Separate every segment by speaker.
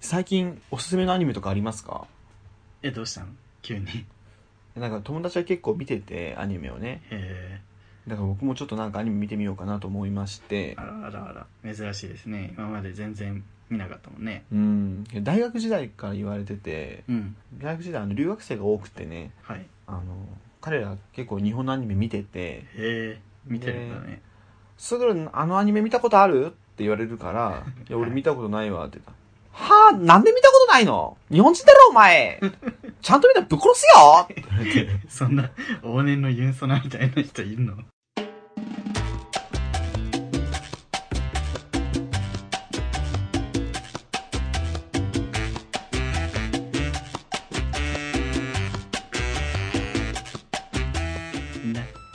Speaker 1: 最近おすすめのアニメとかありますか
Speaker 2: えどうしたの急に
Speaker 1: なんか友達は結構見ててアニメをね
Speaker 2: え
Speaker 1: だから僕もちょっとなんかアニメ見てみようかなと思いまして
Speaker 2: ー、あらあらあら珍しいですね今まで全然見なかったもんね
Speaker 1: うん大学時代から言われてて
Speaker 2: うん
Speaker 1: 大学時代あの留学生が多くてね
Speaker 2: はい
Speaker 1: あの彼ら結構日本のアニメ見てて
Speaker 2: へえ見てるんだね
Speaker 1: すぐあのアニメ見たことあるって言われる から、いや、俺見たことないわって言った。はぁ、なんで見たことないの日本人だろ、お 前ちゃんと見たらぶっ殺すよって言われて。
Speaker 2: そんな往年のユンソナみたいな人いるの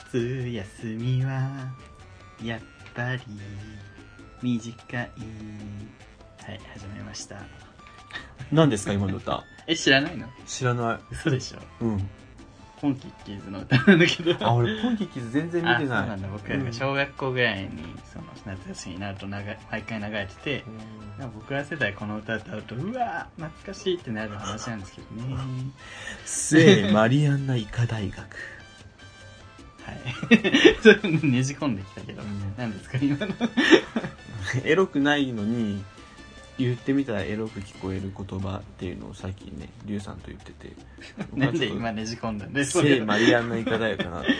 Speaker 2: 夏休みはやっぱり短いはい始めました
Speaker 1: 何ですか、今の歌。
Speaker 2: え知らないの
Speaker 1: 知らない。
Speaker 2: 嘘でしょ
Speaker 1: うん。
Speaker 2: ポンキッキーズの歌なんだけど
Speaker 1: あ、俺、ポンキッキーズ全然見
Speaker 2: あ
Speaker 1: て
Speaker 2: そう
Speaker 1: な。
Speaker 2: ないんだ僕は小学校ぐらいにその夏休みになると流れ毎回流れててなんか僕ら世代この歌歌うとうわー懐かしいってなる話なんですけどね
Speaker 1: 聖マリアンナ医科大学。
Speaker 2: はい そういうのねじ込んできたけど、
Speaker 1: うん
Speaker 2: 何ですか今の
Speaker 1: エロくないのに、言ってみたらエロく聞こえる言葉っていうのをさっきね、リュウさんと言ってて。
Speaker 2: なんで今ねじ込んだんです
Speaker 1: 聖マリアンナ医科大学かなっ て。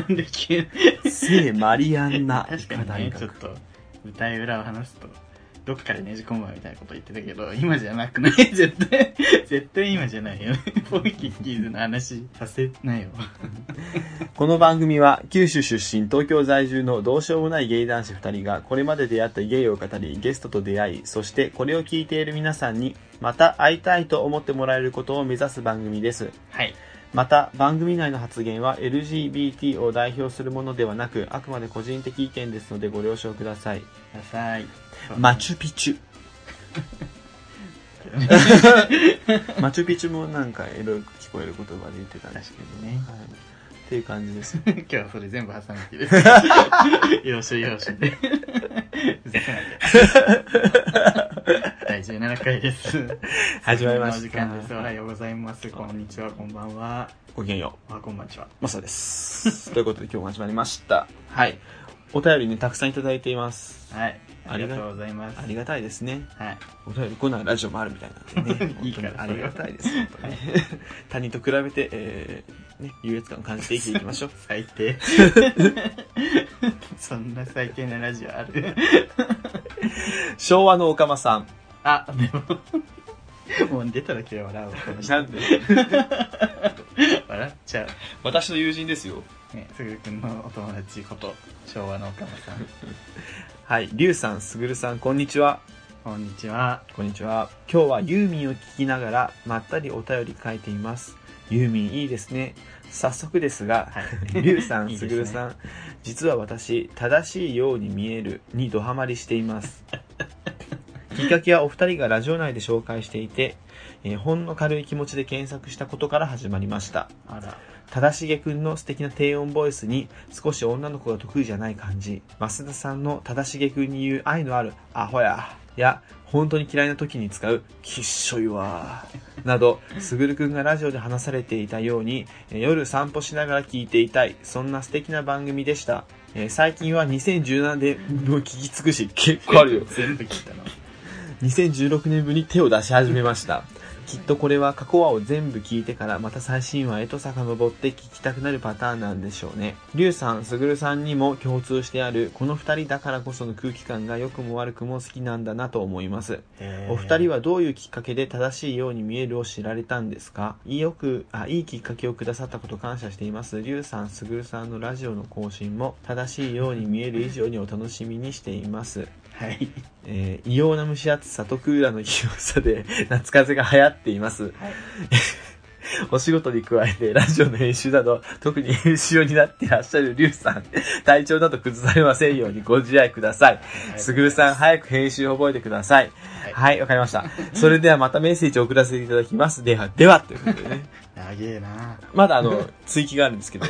Speaker 2: なんで急に
Speaker 1: 聖マリアンナ医
Speaker 2: 確か
Speaker 1: 科
Speaker 2: に
Speaker 1: 大
Speaker 2: ねちょ
Speaker 1: 学
Speaker 2: っ。と舞台裏を話すとどっかでねじ込むわみたいなこと言ってたけど今じゃなくない 絶対絶対今じゃないよね ポンキッキーズの話させないよ
Speaker 1: この番組は九州出身東京在住のどうしようもないゲイ男子2人がこれまで出会ったゲイを語りゲストと出会いそしてこれを聞いている皆さんにまた会いたいと思ってもらえることを目指す番組です
Speaker 2: はい
Speaker 1: また番組内の発言は LGBT を代表するものではなくあくまで個人的意見ですのでご了承ください
Speaker 2: ダサい。
Speaker 1: マチュピチ ュマチュピチュもなんかエロく聞こえる言葉で言ってたんですけど
Speaker 2: 確か にね
Speaker 1: はい、っていう感じです
Speaker 2: 今日はそれ全部挟む気です。 要所要所で。ふざけないで。第17回です。
Speaker 1: 始まりました
Speaker 2: お時間です。おはようございます。こんにちは、こんばんは。
Speaker 1: ごきげんよう
Speaker 2: あ、こんばんちは。
Speaker 1: マサです。ということで今日も始まりました。
Speaker 2: はい。
Speaker 1: お便りね、たくさんいただいています。
Speaker 2: はい。
Speaker 1: あ
Speaker 2: あ
Speaker 1: り
Speaker 2: り
Speaker 1: が
Speaker 2: が
Speaker 1: と
Speaker 2: と
Speaker 1: う
Speaker 2: うございます。
Speaker 1: ありがたいですね。
Speaker 2: はい。。
Speaker 1: お便り来ないラジオもある みたいなんでね
Speaker 2: いいから
Speaker 1: 本当にありがたいです。本当 に他人と比べて、えー、ね、優越感を感じて生きていきましょう。
Speaker 2: 最低。そんな最低なラジオある
Speaker 1: 昭和のオカマさん。
Speaker 2: あ、で も、もう出ただけで笑うわ。この人
Speaker 1: で
Speaker 2: 笑っちゃう。
Speaker 1: 私の友人ですよ。
Speaker 2: ね、すぐるくんのお友達こと昭和の岡村さん
Speaker 1: はい、リュウさん、すぐるさん、こんにちは。
Speaker 2: こんにちは
Speaker 1: こんにちは。今日はユーミンを聴きながら、まったりお便り書いています。ユーミンいいですね。早速ですが、
Speaker 2: はい
Speaker 1: リュウさん、
Speaker 2: いい
Speaker 1: す
Speaker 2: ですね
Speaker 1: ぐるさん、実は私、正しいように見えるにドハマりしています。きっかけはお二人がラジオ内で紹介していて、えーほんの軽い気持ちで検索したことから始まりました。
Speaker 2: あら
Speaker 1: 正しげくんの素敵な低音ボイスに少し女の子が得意じゃない感じ増田さんの正しげくんに言う愛のある「アホや」や本当に嫌いな時に使う「きっしょいわ」などすぐるくんがラジオで話されていたようにえー夜散歩しながら聞いていたいそんな素敵な番組でしたえー最近は2017でもう聞き尽くし結構あるよ
Speaker 2: 全部聞いたの
Speaker 1: 2016年分に手を出し始めました。きっとこれは過去話を全部聞いてからまた最新話へと遡って聞きたくなるパターンなんでしょうね。リュウさん、スグルさんにも共通してあるこの二人だからこその空気感が良くも悪くも好きなんだなと思います。お二人
Speaker 2: は
Speaker 1: はどういうきっかけで正しいように見えるを知られたんですかよくあいいきっかけをくださったこと感謝していますリュウさんすぐるさんのラジオの更新も正しいように見える以上にお楽しみにしています
Speaker 2: はい
Speaker 1: えー異様な蒸し暑さとクーラーの器用さで 夏風邪が流行っています。 お仕事に加えてラジオの編集など特に 編集を担っていらっしゃるリュウさん、 体調など崩されませんようにご自愛ください。すぐるさん、早く編集を覚えてください。
Speaker 2: はい
Speaker 1: はい、わ、かりました。それではまたメッセージを送らせていただきます。では、では、ということでね。
Speaker 2: 長えな
Speaker 1: まだあの、追記があるんですけど。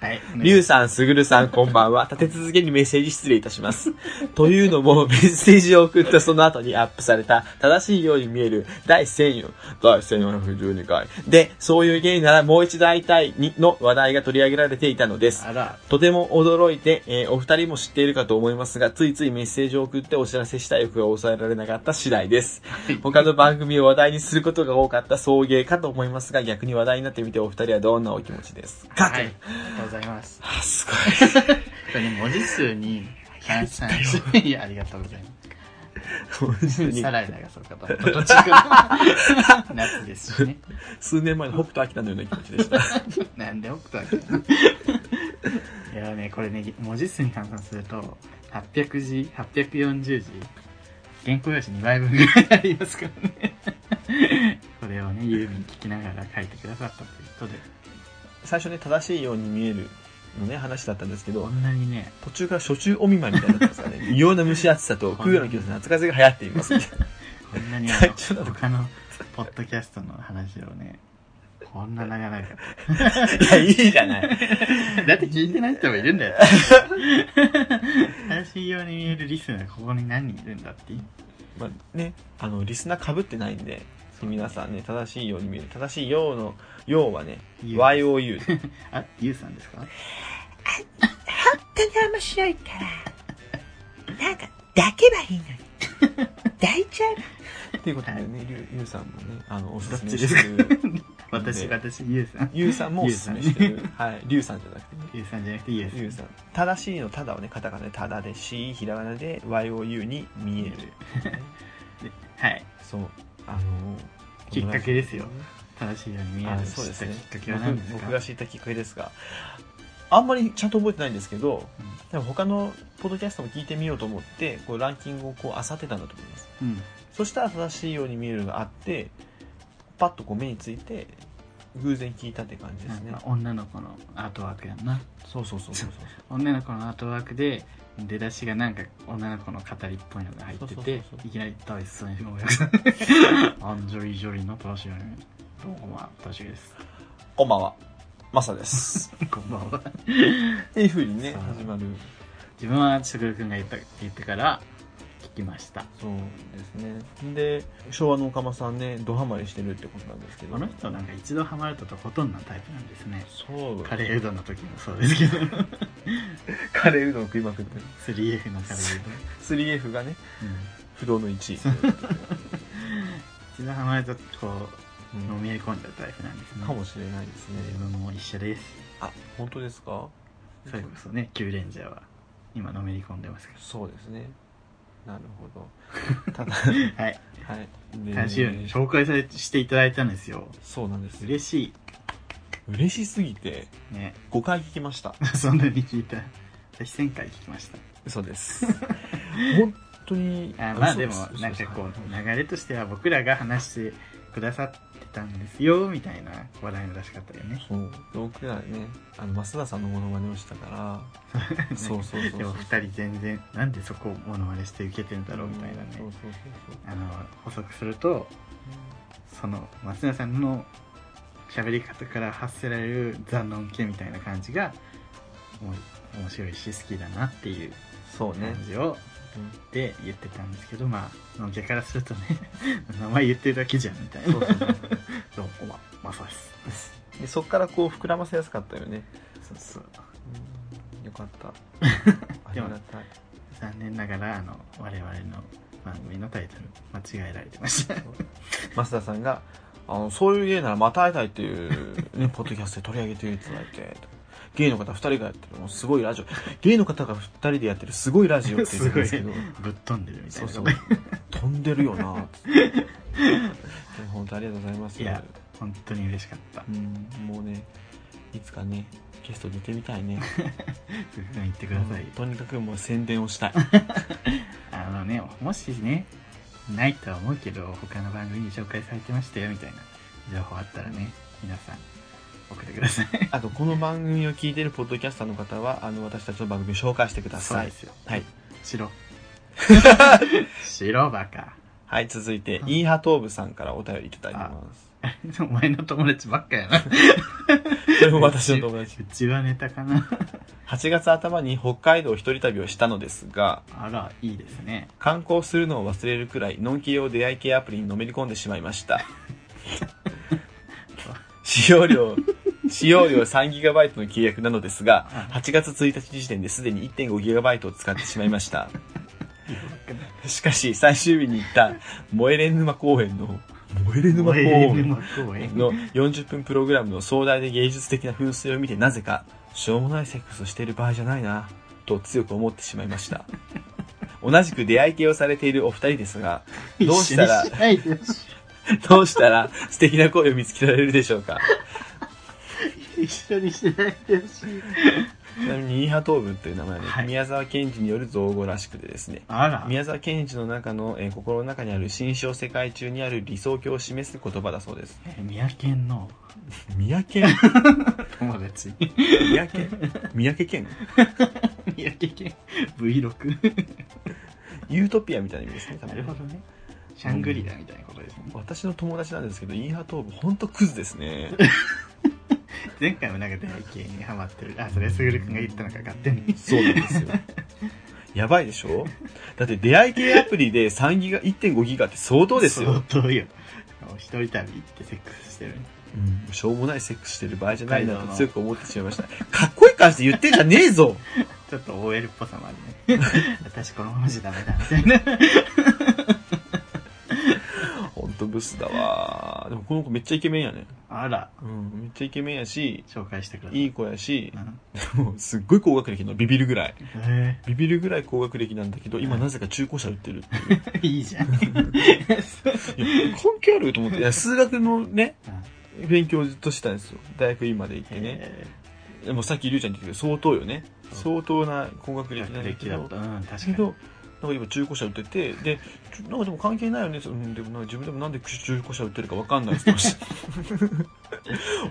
Speaker 2: はい。
Speaker 1: リュウさん、すぐるさん、こんばんは。立て続けにメッセージ失礼いたします。というのも、メッセージを送ったその後にアップされた、正しいように見える、第1004、第1412回。で、そういう芸ならもう一度会いたいに、の話題が取り上げられていたのです。
Speaker 2: あら、
Speaker 1: とても驚いて、えーお二人も知っているかと思いますが、ついついメッセージを送ってお知らせしたい欲が抑えられなかった次第です。他の番組を話題にすることが多かった送迎かと思いますが、逆に話題になってみてお二人はどんなお気持ちですか、
Speaker 2: はい。ありがとうございます。
Speaker 1: あ、すご
Speaker 2: 本当に文字数に換算 し、いや、ありがとうございま
Speaker 1: い。本当
Speaker 2: す。
Speaker 1: に
Speaker 2: さらに流そうかと。どっちか。 夏ですしね。
Speaker 1: 数年前の北斗晶のような気持ちで した。
Speaker 2: なんで北斗晶いやね、これね、文字数に換算すると、800字、840字、原稿用紙2倍分ぐらいありますからね。 これをね、ユーミン聞きながら書いてくださったということで、
Speaker 1: 最初ね、正しいように見えるのね、話だったんですけ
Speaker 2: こ
Speaker 1: ど、
Speaker 2: んなにね、
Speaker 1: 途中から初中お見舞いみたいになったんですからね、異様な蒸し暑さと空よの清さの夏風が流行って います。
Speaker 2: こんなにあ
Speaker 1: 大丈夫
Speaker 2: の、他のポッドキャストの話をね、こんな長々と。
Speaker 1: いや、いいじゃない。
Speaker 2: だって聞いてない人もいる んだよ。正しいように見えるリスナー、ここに何人いるんだって。
Speaker 1: まあね、あの、リスナー被ってないんで、皆さんね、正しいように見える。正しいようの、ようはね、
Speaker 2: ユー
Speaker 1: YOU。
Speaker 2: あ、ゆうさんですか
Speaker 3: 本当に面白いから、なんか、抱けばいいのに。 抱いちゃう。
Speaker 1: っていうことでね、りゅうゆうさんもね、あの、おすすめ
Speaker 2: どっ
Speaker 1: で
Speaker 2: ちですす。 私、
Speaker 1: で
Speaker 2: 私、ゆうさん。
Speaker 1: ゆうさんもおすすめしてる。はい。りゅうさんじゃなくてね。
Speaker 2: ゆうさんじゃなくて、ゆうさん。
Speaker 1: ゆうさん。正しいのただをね、カタカナでただでし、ひらがなで YOU に見 える。
Speaker 2: はい。
Speaker 1: そう。あのー、
Speaker 2: きっかけですよ正しいように見え
Speaker 1: あ
Speaker 2: る
Speaker 1: そうですね
Speaker 2: きっかけは何です
Speaker 1: 僕
Speaker 2: か
Speaker 1: 僕が知ったきっかけですが、あんまりちゃんと覚えてないんですけど、
Speaker 2: うん
Speaker 1: でも他のポッドキャストも聞いてみようと思って、こうランキングをこう漁ってたんだと思います。
Speaker 2: うん。
Speaker 1: そしたら正しいように見えるのがあって、パッとこう目について、偶然聞いたって感じで
Speaker 2: な
Speaker 1: す
Speaker 2: ん
Speaker 1: ね。
Speaker 2: か女の子のアートワークやんな。
Speaker 1: そうそうそうそうそう。
Speaker 2: 女の子のアートワークで、出だしがなんか女の子の語りっぽいのが入って
Speaker 1: そうそう
Speaker 2: て
Speaker 1: そう、そう
Speaker 2: いきなり大切そうに思い出す。 アンジョリー・ジョリーの正しいように見える。どうも、正しい です。
Speaker 1: こんばんは。マサ です。
Speaker 2: こんばんは。
Speaker 1: っていう風にね、
Speaker 2: そう
Speaker 1: 始まる。
Speaker 2: 自分は、しぐるくんが言った、言ってから、聞きました。
Speaker 1: そうですね。で、昭和のおかまさんね、ドハマりしてるってことなんですけど。
Speaker 2: この人なんか一度ハマるととことんなタイプなんですね
Speaker 1: そう。
Speaker 2: カレーうどんの時もそうですけど
Speaker 1: カレーうどん食いまくってる。
Speaker 2: 3F のカレーうどん、
Speaker 1: 3F がね、不動の1位。
Speaker 2: 一度ハマるとこう
Speaker 1: うん
Speaker 2: 飲み込んだタイプなんですね
Speaker 1: かもしれないですね。
Speaker 2: 自分も一緒です
Speaker 1: あ、本当ですか
Speaker 2: それこそねキュウレンジャーは今のめり込んでますか
Speaker 1: そうですね。なるほど。ただ、
Speaker 2: らはい
Speaker 1: はい。で
Speaker 2: 楽しいように紹介されしていただいたんですよ
Speaker 1: そうなんです。
Speaker 2: 嬉し
Speaker 1: 嬉しすぎて、
Speaker 2: いね
Speaker 1: 5回聞きました。
Speaker 2: そんなに聞いた私1000回聞きました
Speaker 1: 嘘です。 本当に。
Speaker 2: あまあ
Speaker 1: そう
Speaker 2: ですも
Speaker 1: そう
Speaker 2: なんかこ
Speaker 1: そう
Speaker 2: う流れとしては僕らが話してくださってたんですよみたいな笑いの出し方よね
Speaker 1: そう。僕らね、あの、増田さんのモノマネをした から、そうそうそうそう。
Speaker 2: でも2人全然なんでそこをモノマネして受けてんだろうみたいな
Speaker 1: そう
Speaker 2: ね
Speaker 1: そうそうそう。
Speaker 2: あの補足するとその松田さんの喋り方から発せられる残のんけみたいな感じがもう面白いし好きだなっていう
Speaker 1: そうね
Speaker 2: 感。じをで言ってたんですけどまあのんけからするとね 名前言ってるだけじゃんみたいな
Speaker 1: そうそうそう。
Speaker 2: どうもまマサです
Speaker 1: でそっからこう膨らませやすかったよね。
Speaker 2: そうそう
Speaker 1: うんよかった。あり
Speaker 2: で
Speaker 1: が
Speaker 2: も
Speaker 1: たい。
Speaker 2: 残念ながらあの我々の番組のタイトル間違えられてました
Speaker 1: 増田さんが、あの、そういう芸ならまた会いたいっていう、ね、 ポッドキャストで取り上げていただいて、芸の方2人がやってる、もうすごいラジオ。芸の方が2人でやってるすごいラジオって言 ってたんですけど、
Speaker 2: ぶっ飛んでるみたい
Speaker 1: そ
Speaker 2: な
Speaker 1: う
Speaker 2: こと
Speaker 1: そう。 飛んでるよなってでも本当ありがとうございます。
Speaker 2: いや本当に嬉しかった
Speaker 1: うん、もうね、いつかね、ゲスト出てみたいね。
Speaker 2: 鈴木さん言ってください
Speaker 1: とにかくもう宣伝をしたい。
Speaker 2: あのねもしねないとは思うけど他の番組に紹介されてましたよみたいな情報あったらね皆さん送ってください
Speaker 1: あと、この番組を聞いてるポッドキャスターの方は、あの、私たちの番組を紹介してください。
Speaker 2: すよ
Speaker 1: はい。
Speaker 2: 白白バカ
Speaker 1: はい、続いて、イーハトーブさんからお便りいただいてます。
Speaker 2: お前の友達ばっかやな。
Speaker 1: それも私の友達。
Speaker 2: うちはネタかな。
Speaker 1: 8月頭に北海道一人旅をしたのですが、
Speaker 2: あら、いいですね。
Speaker 1: 観光するのを忘れるくらい、のんき用出会い系アプリにのめり込んでしまいました。 使用量、使用量 3GB の契約なのですが、8月1日時点ですでに 1.5GB を使ってしまいました。しかし、最終日に行った、萌えれ沼公園の、萌えれ沼公園
Speaker 2: 沼公園。
Speaker 1: の40分プログラムの壮大で芸術的な噴水を見てなぜか、しょうもないセックスをしている場合じゃないな、と強く思ってしまいました。 同じく出会い系をされているお二人ですが、どうしたら
Speaker 2: 一緒にしないでし
Speaker 1: どうしたら素敵な恋を見つけられるでしょうか
Speaker 2: ょ一緒にしないでほしい。
Speaker 1: ちなみに、イーハトーブという名前で、
Speaker 2: はい
Speaker 1: 宮沢賢治による造語らしくてですね、
Speaker 2: あら。
Speaker 1: 宮沢賢治の中の、えー心の中にある心象世界中にある理想郷を示す言葉だそうです。
Speaker 2: え宮県の
Speaker 1: 宮県
Speaker 2: 友達。
Speaker 1: 宮県宮家県
Speaker 2: 宮城県 V6。
Speaker 1: ユートピアみたいな意味ですね、多分
Speaker 2: なるほどね。シャングリラみたいなことですね。
Speaker 1: 私の友達なんですけど、イーハトーブ、ほんとクズですね。
Speaker 2: 前回もなんか出会い系にハマってる。あ、それすぐるくんが言ったのか、勝手に。
Speaker 1: そうなんですよ。やばいでしょだって出会い系アプリで3ギガ、1.5ギガって相当ですよ。
Speaker 2: 相当よ。一人旅行ってセックスしてる。
Speaker 1: うんしょうもないセックスしてる場合じゃないなと強く思ってしまいました。かっこいい感じで言ってんじゃねえぞ
Speaker 2: ちょっと OL っぽさもあるね。 私このままじゃダメだ、みたいな。
Speaker 1: ほんとブスだわ。でもこの子めっちゃイケメンやね。
Speaker 2: あら、
Speaker 1: うん、めっちゃイケメンやし、
Speaker 2: 紹介してくれた。
Speaker 1: いい子やし
Speaker 2: う、ん。
Speaker 1: もうすっごい高学歴のビビるぐらい。
Speaker 2: え
Speaker 1: ビビるぐらい高学歴なんだけど、今なぜか中古車売ってるっていう。
Speaker 2: ー、いいじ ゃん。
Speaker 1: いや 関係あると思って。いや、数学のね、勉強をずっとしてたんですよ。大学院まで行ってね。
Speaker 2: え
Speaker 1: でもさっきりゅうちゃんに言ったけど、相当よね。
Speaker 2: そ
Speaker 1: 相当な高学
Speaker 2: ー、
Speaker 1: 歴なんだけ
Speaker 2: 歴だ
Speaker 1: ど
Speaker 2: った。。うん、確か
Speaker 1: け
Speaker 2: に。
Speaker 1: ど、なんか今中古車売ってて、で、ちょなんかでも関係ないよね。そうん、でもなんか自分でもなんで中古車売ってるかわかんないって言ってま した。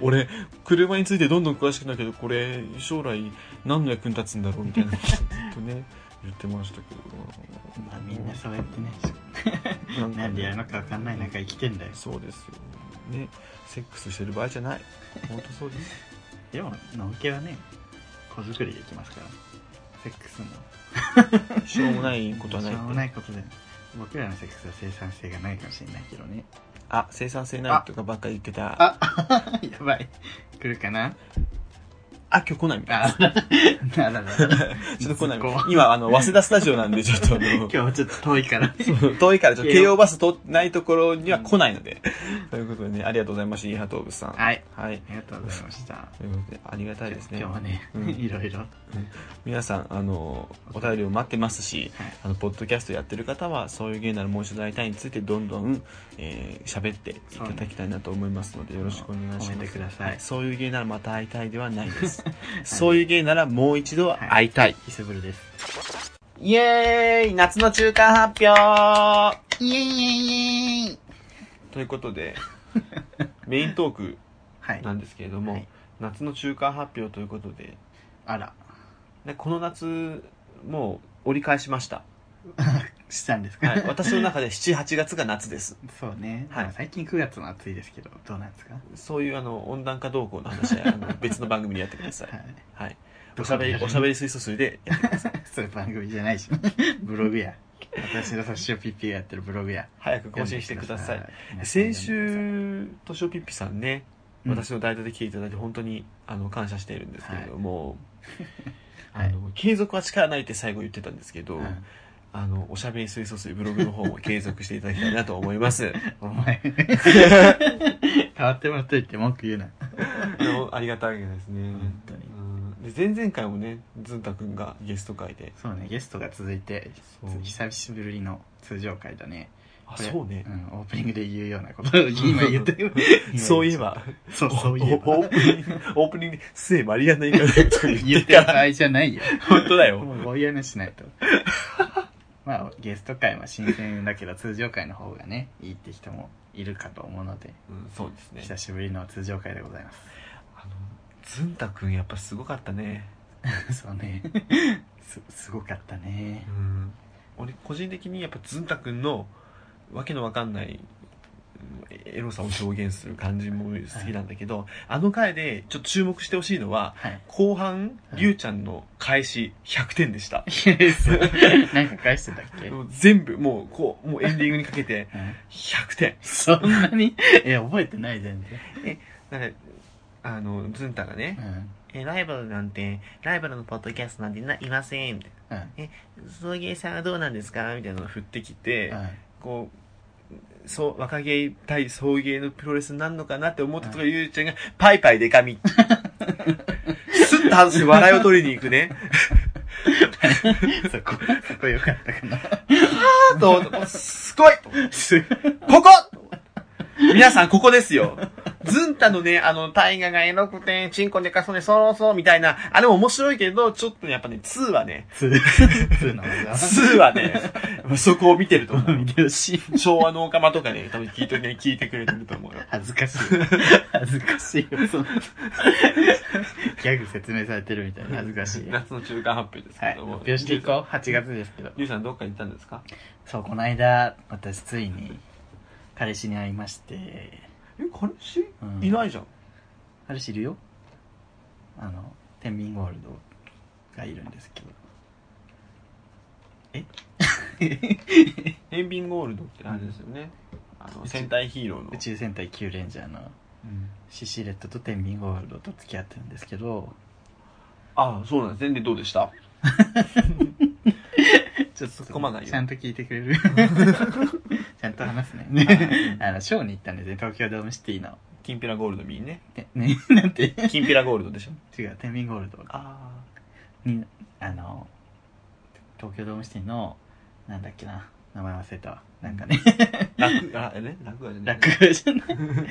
Speaker 1: 俺、車についてどんどん詳しくなるけど、これ、将来何の役に立つんだろうみたいなことずっとね、言ってましたけど。
Speaker 2: まあみんなそうやってね、
Speaker 1: なんかね
Speaker 2: なんでやるのかわかんない中生きてんだよ。
Speaker 1: そうですよねセックスしてる場合じゃない本当そうです
Speaker 2: でも、のんけはね、子作りできますから。セックスも。
Speaker 1: しょうもないことはない
Speaker 2: しょうもないことで。僕らのセックスは生産性がないかもしれないけどね。
Speaker 1: あ生産性ないとかばっかり言ってたあ
Speaker 2: あやばい。来るかな
Speaker 1: 今日来ないみたい
Speaker 2: あららら らら。
Speaker 1: ちょっと来ない
Speaker 2: こう
Speaker 1: 今あの早稲田スタジオなんでちょっとあの
Speaker 2: 今日ちょっと遠いから。
Speaker 1: そう遠いからちょっと
Speaker 2: 京王
Speaker 1: 京王バス通ってないところには来ないので、ということでねありがとうございましたイーハトーブさん
Speaker 2: はい。
Speaker 1: はい
Speaker 2: ありがとうございました。
Speaker 1: ということでありがたいですね
Speaker 2: 今日はね、
Speaker 1: うん
Speaker 2: いろいろ。
Speaker 1: 皆さんあのお便りを待ってますし、
Speaker 2: はい
Speaker 1: あのポッドキャストやってる方はそういう芸ならもう一度会いたいについてどんどんえー喋、っていただきたいなと思いますので、よろしくお願いし
Speaker 2: コメン
Speaker 1: ま
Speaker 2: ト
Speaker 1: す
Speaker 2: ください
Speaker 1: そういう芸ならまた会いたいではないですそういう芸ならもう一度会いたい、
Speaker 2: イスブルです。
Speaker 1: イエーイ夏の中間発表
Speaker 2: イエイイエイイエイ
Speaker 1: ということでメイントーク
Speaker 2: はい
Speaker 1: な。んですけれども、
Speaker 2: はい
Speaker 1: 夏の中間発表ということで
Speaker 2: あら。
Speaker 1: でこの夏もう折り返しました、
Speaker 2: したんですか、
Speaker 1: はい、私の中で78月が夏です
Speaker 2: そうね。
Speaker 1: はい
Speaker 2: まあ最近9月も暑いですけど、どうなんですか
Speaker 1: そういうあの温暖化動向の話はあの別の番組でやってください。
Speaker 2: い。
Speaker 1: はい。おしゃべり、おしゃべり水素水でやってください。
Speaker 2: それ番組じゃな いし。ブログや。私の冊子をピッピがやってるブログや。
Speaker 1: 早く更新してくださ
Speaker 2: 読
Speaker 1: い。
Speaker 2: んでください
Speaker 1: 先、週、としおぴっぴさんね、
Speaker 2: うん
Speaker 1: 私の代打で来ていただいて本当にあの感謝しているんですけれども、
Speaker 2: は い
Speaker 1: あの継続は力ないって最後言ってたんですけど、
Speaker 2: うん
Speaker 1: あの、おしゃべり水素水ブログの方も継続していただきたいなと思います。
Speaker 2: お 前、変わってもらっといて文句言うな。
Speaker 1: あのありがたいですね。
Speaker 2: 本当に
Speaker 1: うんで前々回もね、ずんたくんがゲスト会で。
Speaker 2: そうね、ゲストが続いて、
Speaker 1: そう
Speaker 2: 久しぶりの通常会だね。
Speaker 1: あ、
Speaker 2: これ
Speaker 1: そうね
Speaker 2: う。ん、オープニングで言うような ことを今言ってる
Speaker 1: そういえ。ば、
Speaker 2: そう、
Speaker 1: お
Speaker 2: そういえば
Speaker 1: オ。ープニング、オープニングで、末マリアナイカルとか言
Speaker 2: 言
Speaker 1: っ
Speaker 2: ってて
Speaker 1: る
Speaker 2: る
Speaker 1: か
Speaker 2: 場
Speaker 1: ら、
Speaker 2: 合じゃ ないよ。
Speaker 1: 本当だよ。
Speaker 2: もうこういう話しないと。まあ、ゲスト会は新鮮だけど、通常会の方がね、いいって人もいるかと思うので、
Speaker 1: うん、そうですね。
Speaker 2: 久しぶりの通常会でございま
Speaker 1: あの、ずんたくんやっぱすごかったね。
Speaker 2: す。そうね。す、すごかったね
Speaker 1: う。ん。俺、個人的にやっぱずんたくんの、わけのわかんない、エロさを表現する感じも好きなんだけど、あの回でちょっと注目してほしいのは、
Speaker 2: はい。
Speaker 1: 後半、
Speaker 2: はい
Speaker 1: りゅうちゃんの返し100点でした。
Speaker 2: なんか返してたっけ、うん
Speaker 1: もう全部、もう、こう、もうエンディングにかけて、100点。
Speaker 2: そんなにいや、覚えてない、全然。
Speaker 1: なんか、あの、ズンタがね、え、ライバルなんて、ライバルのポッドキャストなんてないません、みたいな。
Speaker 2: うん。うん。
Speaker 1: 送迎さんはどうなんですかみたいなのを振ってきて、
Speaker 2: うん。
Speaker 1: こう、そう、若芸対送迎のプロレスになるのかなって思ったところ、ゆうちゃんが、パイパイでかみ。スッと外して笑いを取りに行くね。
Speaker 2: そこ、そこよかったかな。
Speaker 1: あーと、おすごいと
Speaker 2: す
Speaker 1: ここ皆さん、ここですよ。ズンタのね、あの、大河がエロくて、チンコでかそうね、そうそう、みたいな、あれも面白いけど、ちょっとね、やっぱね、2はね、
Speaker 2: つ、つの技。
Speaker 1: 2はね、そこを見てると思う。
Speaker 2: 見てほしい。
Speaker 1: 昭和のオカマとかね、多分聞いてね、聞いてくれてると思うよ。
Speaker 2: 恥ずかしい。 恥ずかしいよ、その。ギャグ説明されてるみ たいな。恥ずかしい。はい。
Speaker 1: 夏の中間発表ですけ
Speaker 2: 発
Speaker 1: ども。
Speaker 2: 表していこう。8月ですけど。
Speaker 1: リュウさんどっか行ったんですか
Speaker 2: そう、この間、私ついに、彼氏に会いまして、
Speaker 1: え、彼氏
Speaker 2: うん
Speaker 1: いないじゃん。
Speaker 2: 彼氏いるよあの、天秤ゴールドがいるんですけど。
Speaker 1: エンビンゴールドってあれですよね。あの、戦隊ヒーローの。
Speaker 2: 宇宙戦隊キューレンジャーの
Speaker 1: うん
Speaker 2: シシレットと天秤ゴールドと付き合ってるんですけど、
Speaker 1: ああ、そうなんですね。で、どうでした
Speaker 2: ちょっ
Speaker 1: 突
Speaker 2: と
Speaker 1: っ込まないよ
Speaker 2: ちゃんと聞いてく れるちゃんと話す
Speaker 1: はい
Speaker 2: ね。あの、ショーに行ったんですね、東京ドームシティの。
Speaker 1: キンピラゴールドミーね。
Speaker 2: ね、ね、なんて、
Speaker 1: キンピラゴールドでしょ。
Speaker 2: 違う、天秤ゴールド
Speaker 1: あ
Speaker 2: に、あの、東京ドームシティの、なんだっけな、名前忘れたわ。なんかね、
Speaker 1: あ。楽、あ、え、ね、楽がじゃない。
Speaker 2: 落語じゃな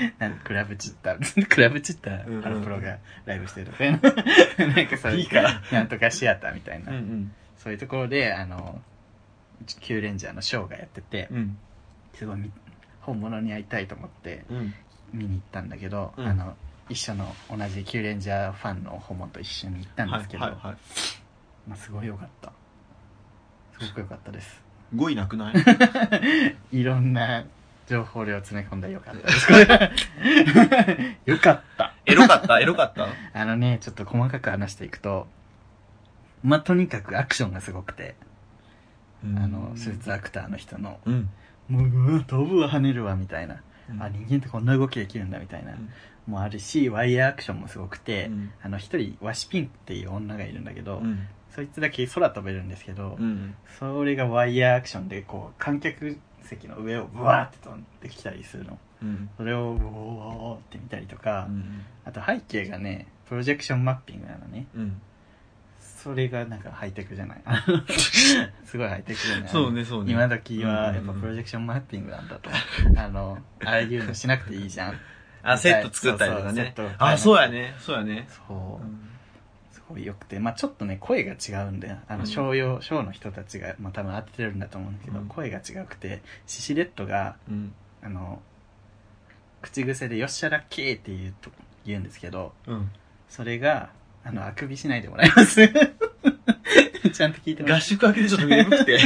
Speaker 2: いなんクラブチッタ ー、クラブチッタ
Speaker 1: うんうん
Speaker 2: ー、あのプロがライブしてるとか、 なんかそうう
Speaker 1: いいから。
Speaker 2: なんとかシアターみたいな、
Speaker 1: うん
Speaker 2: そういうところで、あの、キューレンジャーのショーがやってて
Speaker 1: う、ん。
Speaker 2: すごいみ本物に会いたいと思って
Speaker 1: うん。
Speaker 2: 見に行ったんだけど、
Speaker 1: うん
Speaker 2: あの、一緒の同じキューレンジャーファンのホモと一緒に行ったんですけど、
Speaker 1: はいはいはい。
Speaker 2: まあ、すごい良かった。すごく良かったです。
Speaker 1: 語彙なくない
Speaker 2: いろんな情報量を詰め込んで良 かったです。これ 良かった。
Speaker 1: エロかったエロかった
Speaker 2: あのね、ちょっと細かく話していくと、まあ、とにかくアクションがすごくて、あの、スーツアクターの人の、
Speaker 1: うん。
Speaker 2: もう、うわ飛ぶわ、跳ねるわ、みたいな。
Speaker 1: うん
Speaker 2: あ、人間ってこんな動きできるんだ、みたいな
Speaker 1: うん。
Speaker 2: もうあるし、ワイヤーアクションもすごく
Speaker 1: う
Speaker 2: て、
Speaker 1: ん。
Speaker 2: あの、一人、ワシピンっていう女がいるんだけど、
Speaker 1: うん。
Speaker 2: そいつだけ空飛べるんですけど、
Speaker 1: うん。
Speaker 2: それがワイヤーアクションで、こう、観客席の上をブワーって飛んできたりするの。
Speaker 1: うん。
Speaker 2: それを、うおーって見たりとか、
Speaker 1: うん。
Speaker 2: あと背景がね、プロジェクションマッピングなのね。
Speaker 1: うん。
Speaker 2: それがなんかハイテクじゃない すごいハイテクじゃない
Speaker 1: そうね、そうね。
Speaker 2: 今時はやっぱプロ
Speaker 1: ジェク
Speaker 2: ジェクションマッピングなんだと。あの、ああいうのしなくていいじゃん。
Speaker 1: ト。あ、セット作ったりとかね
Speaker 2: そうそうセッ。ト
Speaker 1: あ、そうやね。そうやね。
Speaker 2: そうう。
Speaker 1: ん
Speaker 2: すごい良くて。まあちょっとね、声が違うんだよ。あ
Speaker 1: う
Speaker 2: の、
Speaker 1: ん
Speaker 2: ショー用、ショーの人たちが、まあ多分当ててるんだと思うんだけど、
Speaker 1: うん
Speaker 2: 声が違くて、シシレットが、
Speaker 1: うん。
Speaker 2: あの、口癖でよっしゃラッキーって言うと、言うんですけど、
Speaker 1: うん。
Speaker 2: それが、あの、あくびしないでもらいます。 ちゃんと聞いてます
Speaker 1: 合宿明けでちょっと眠く て。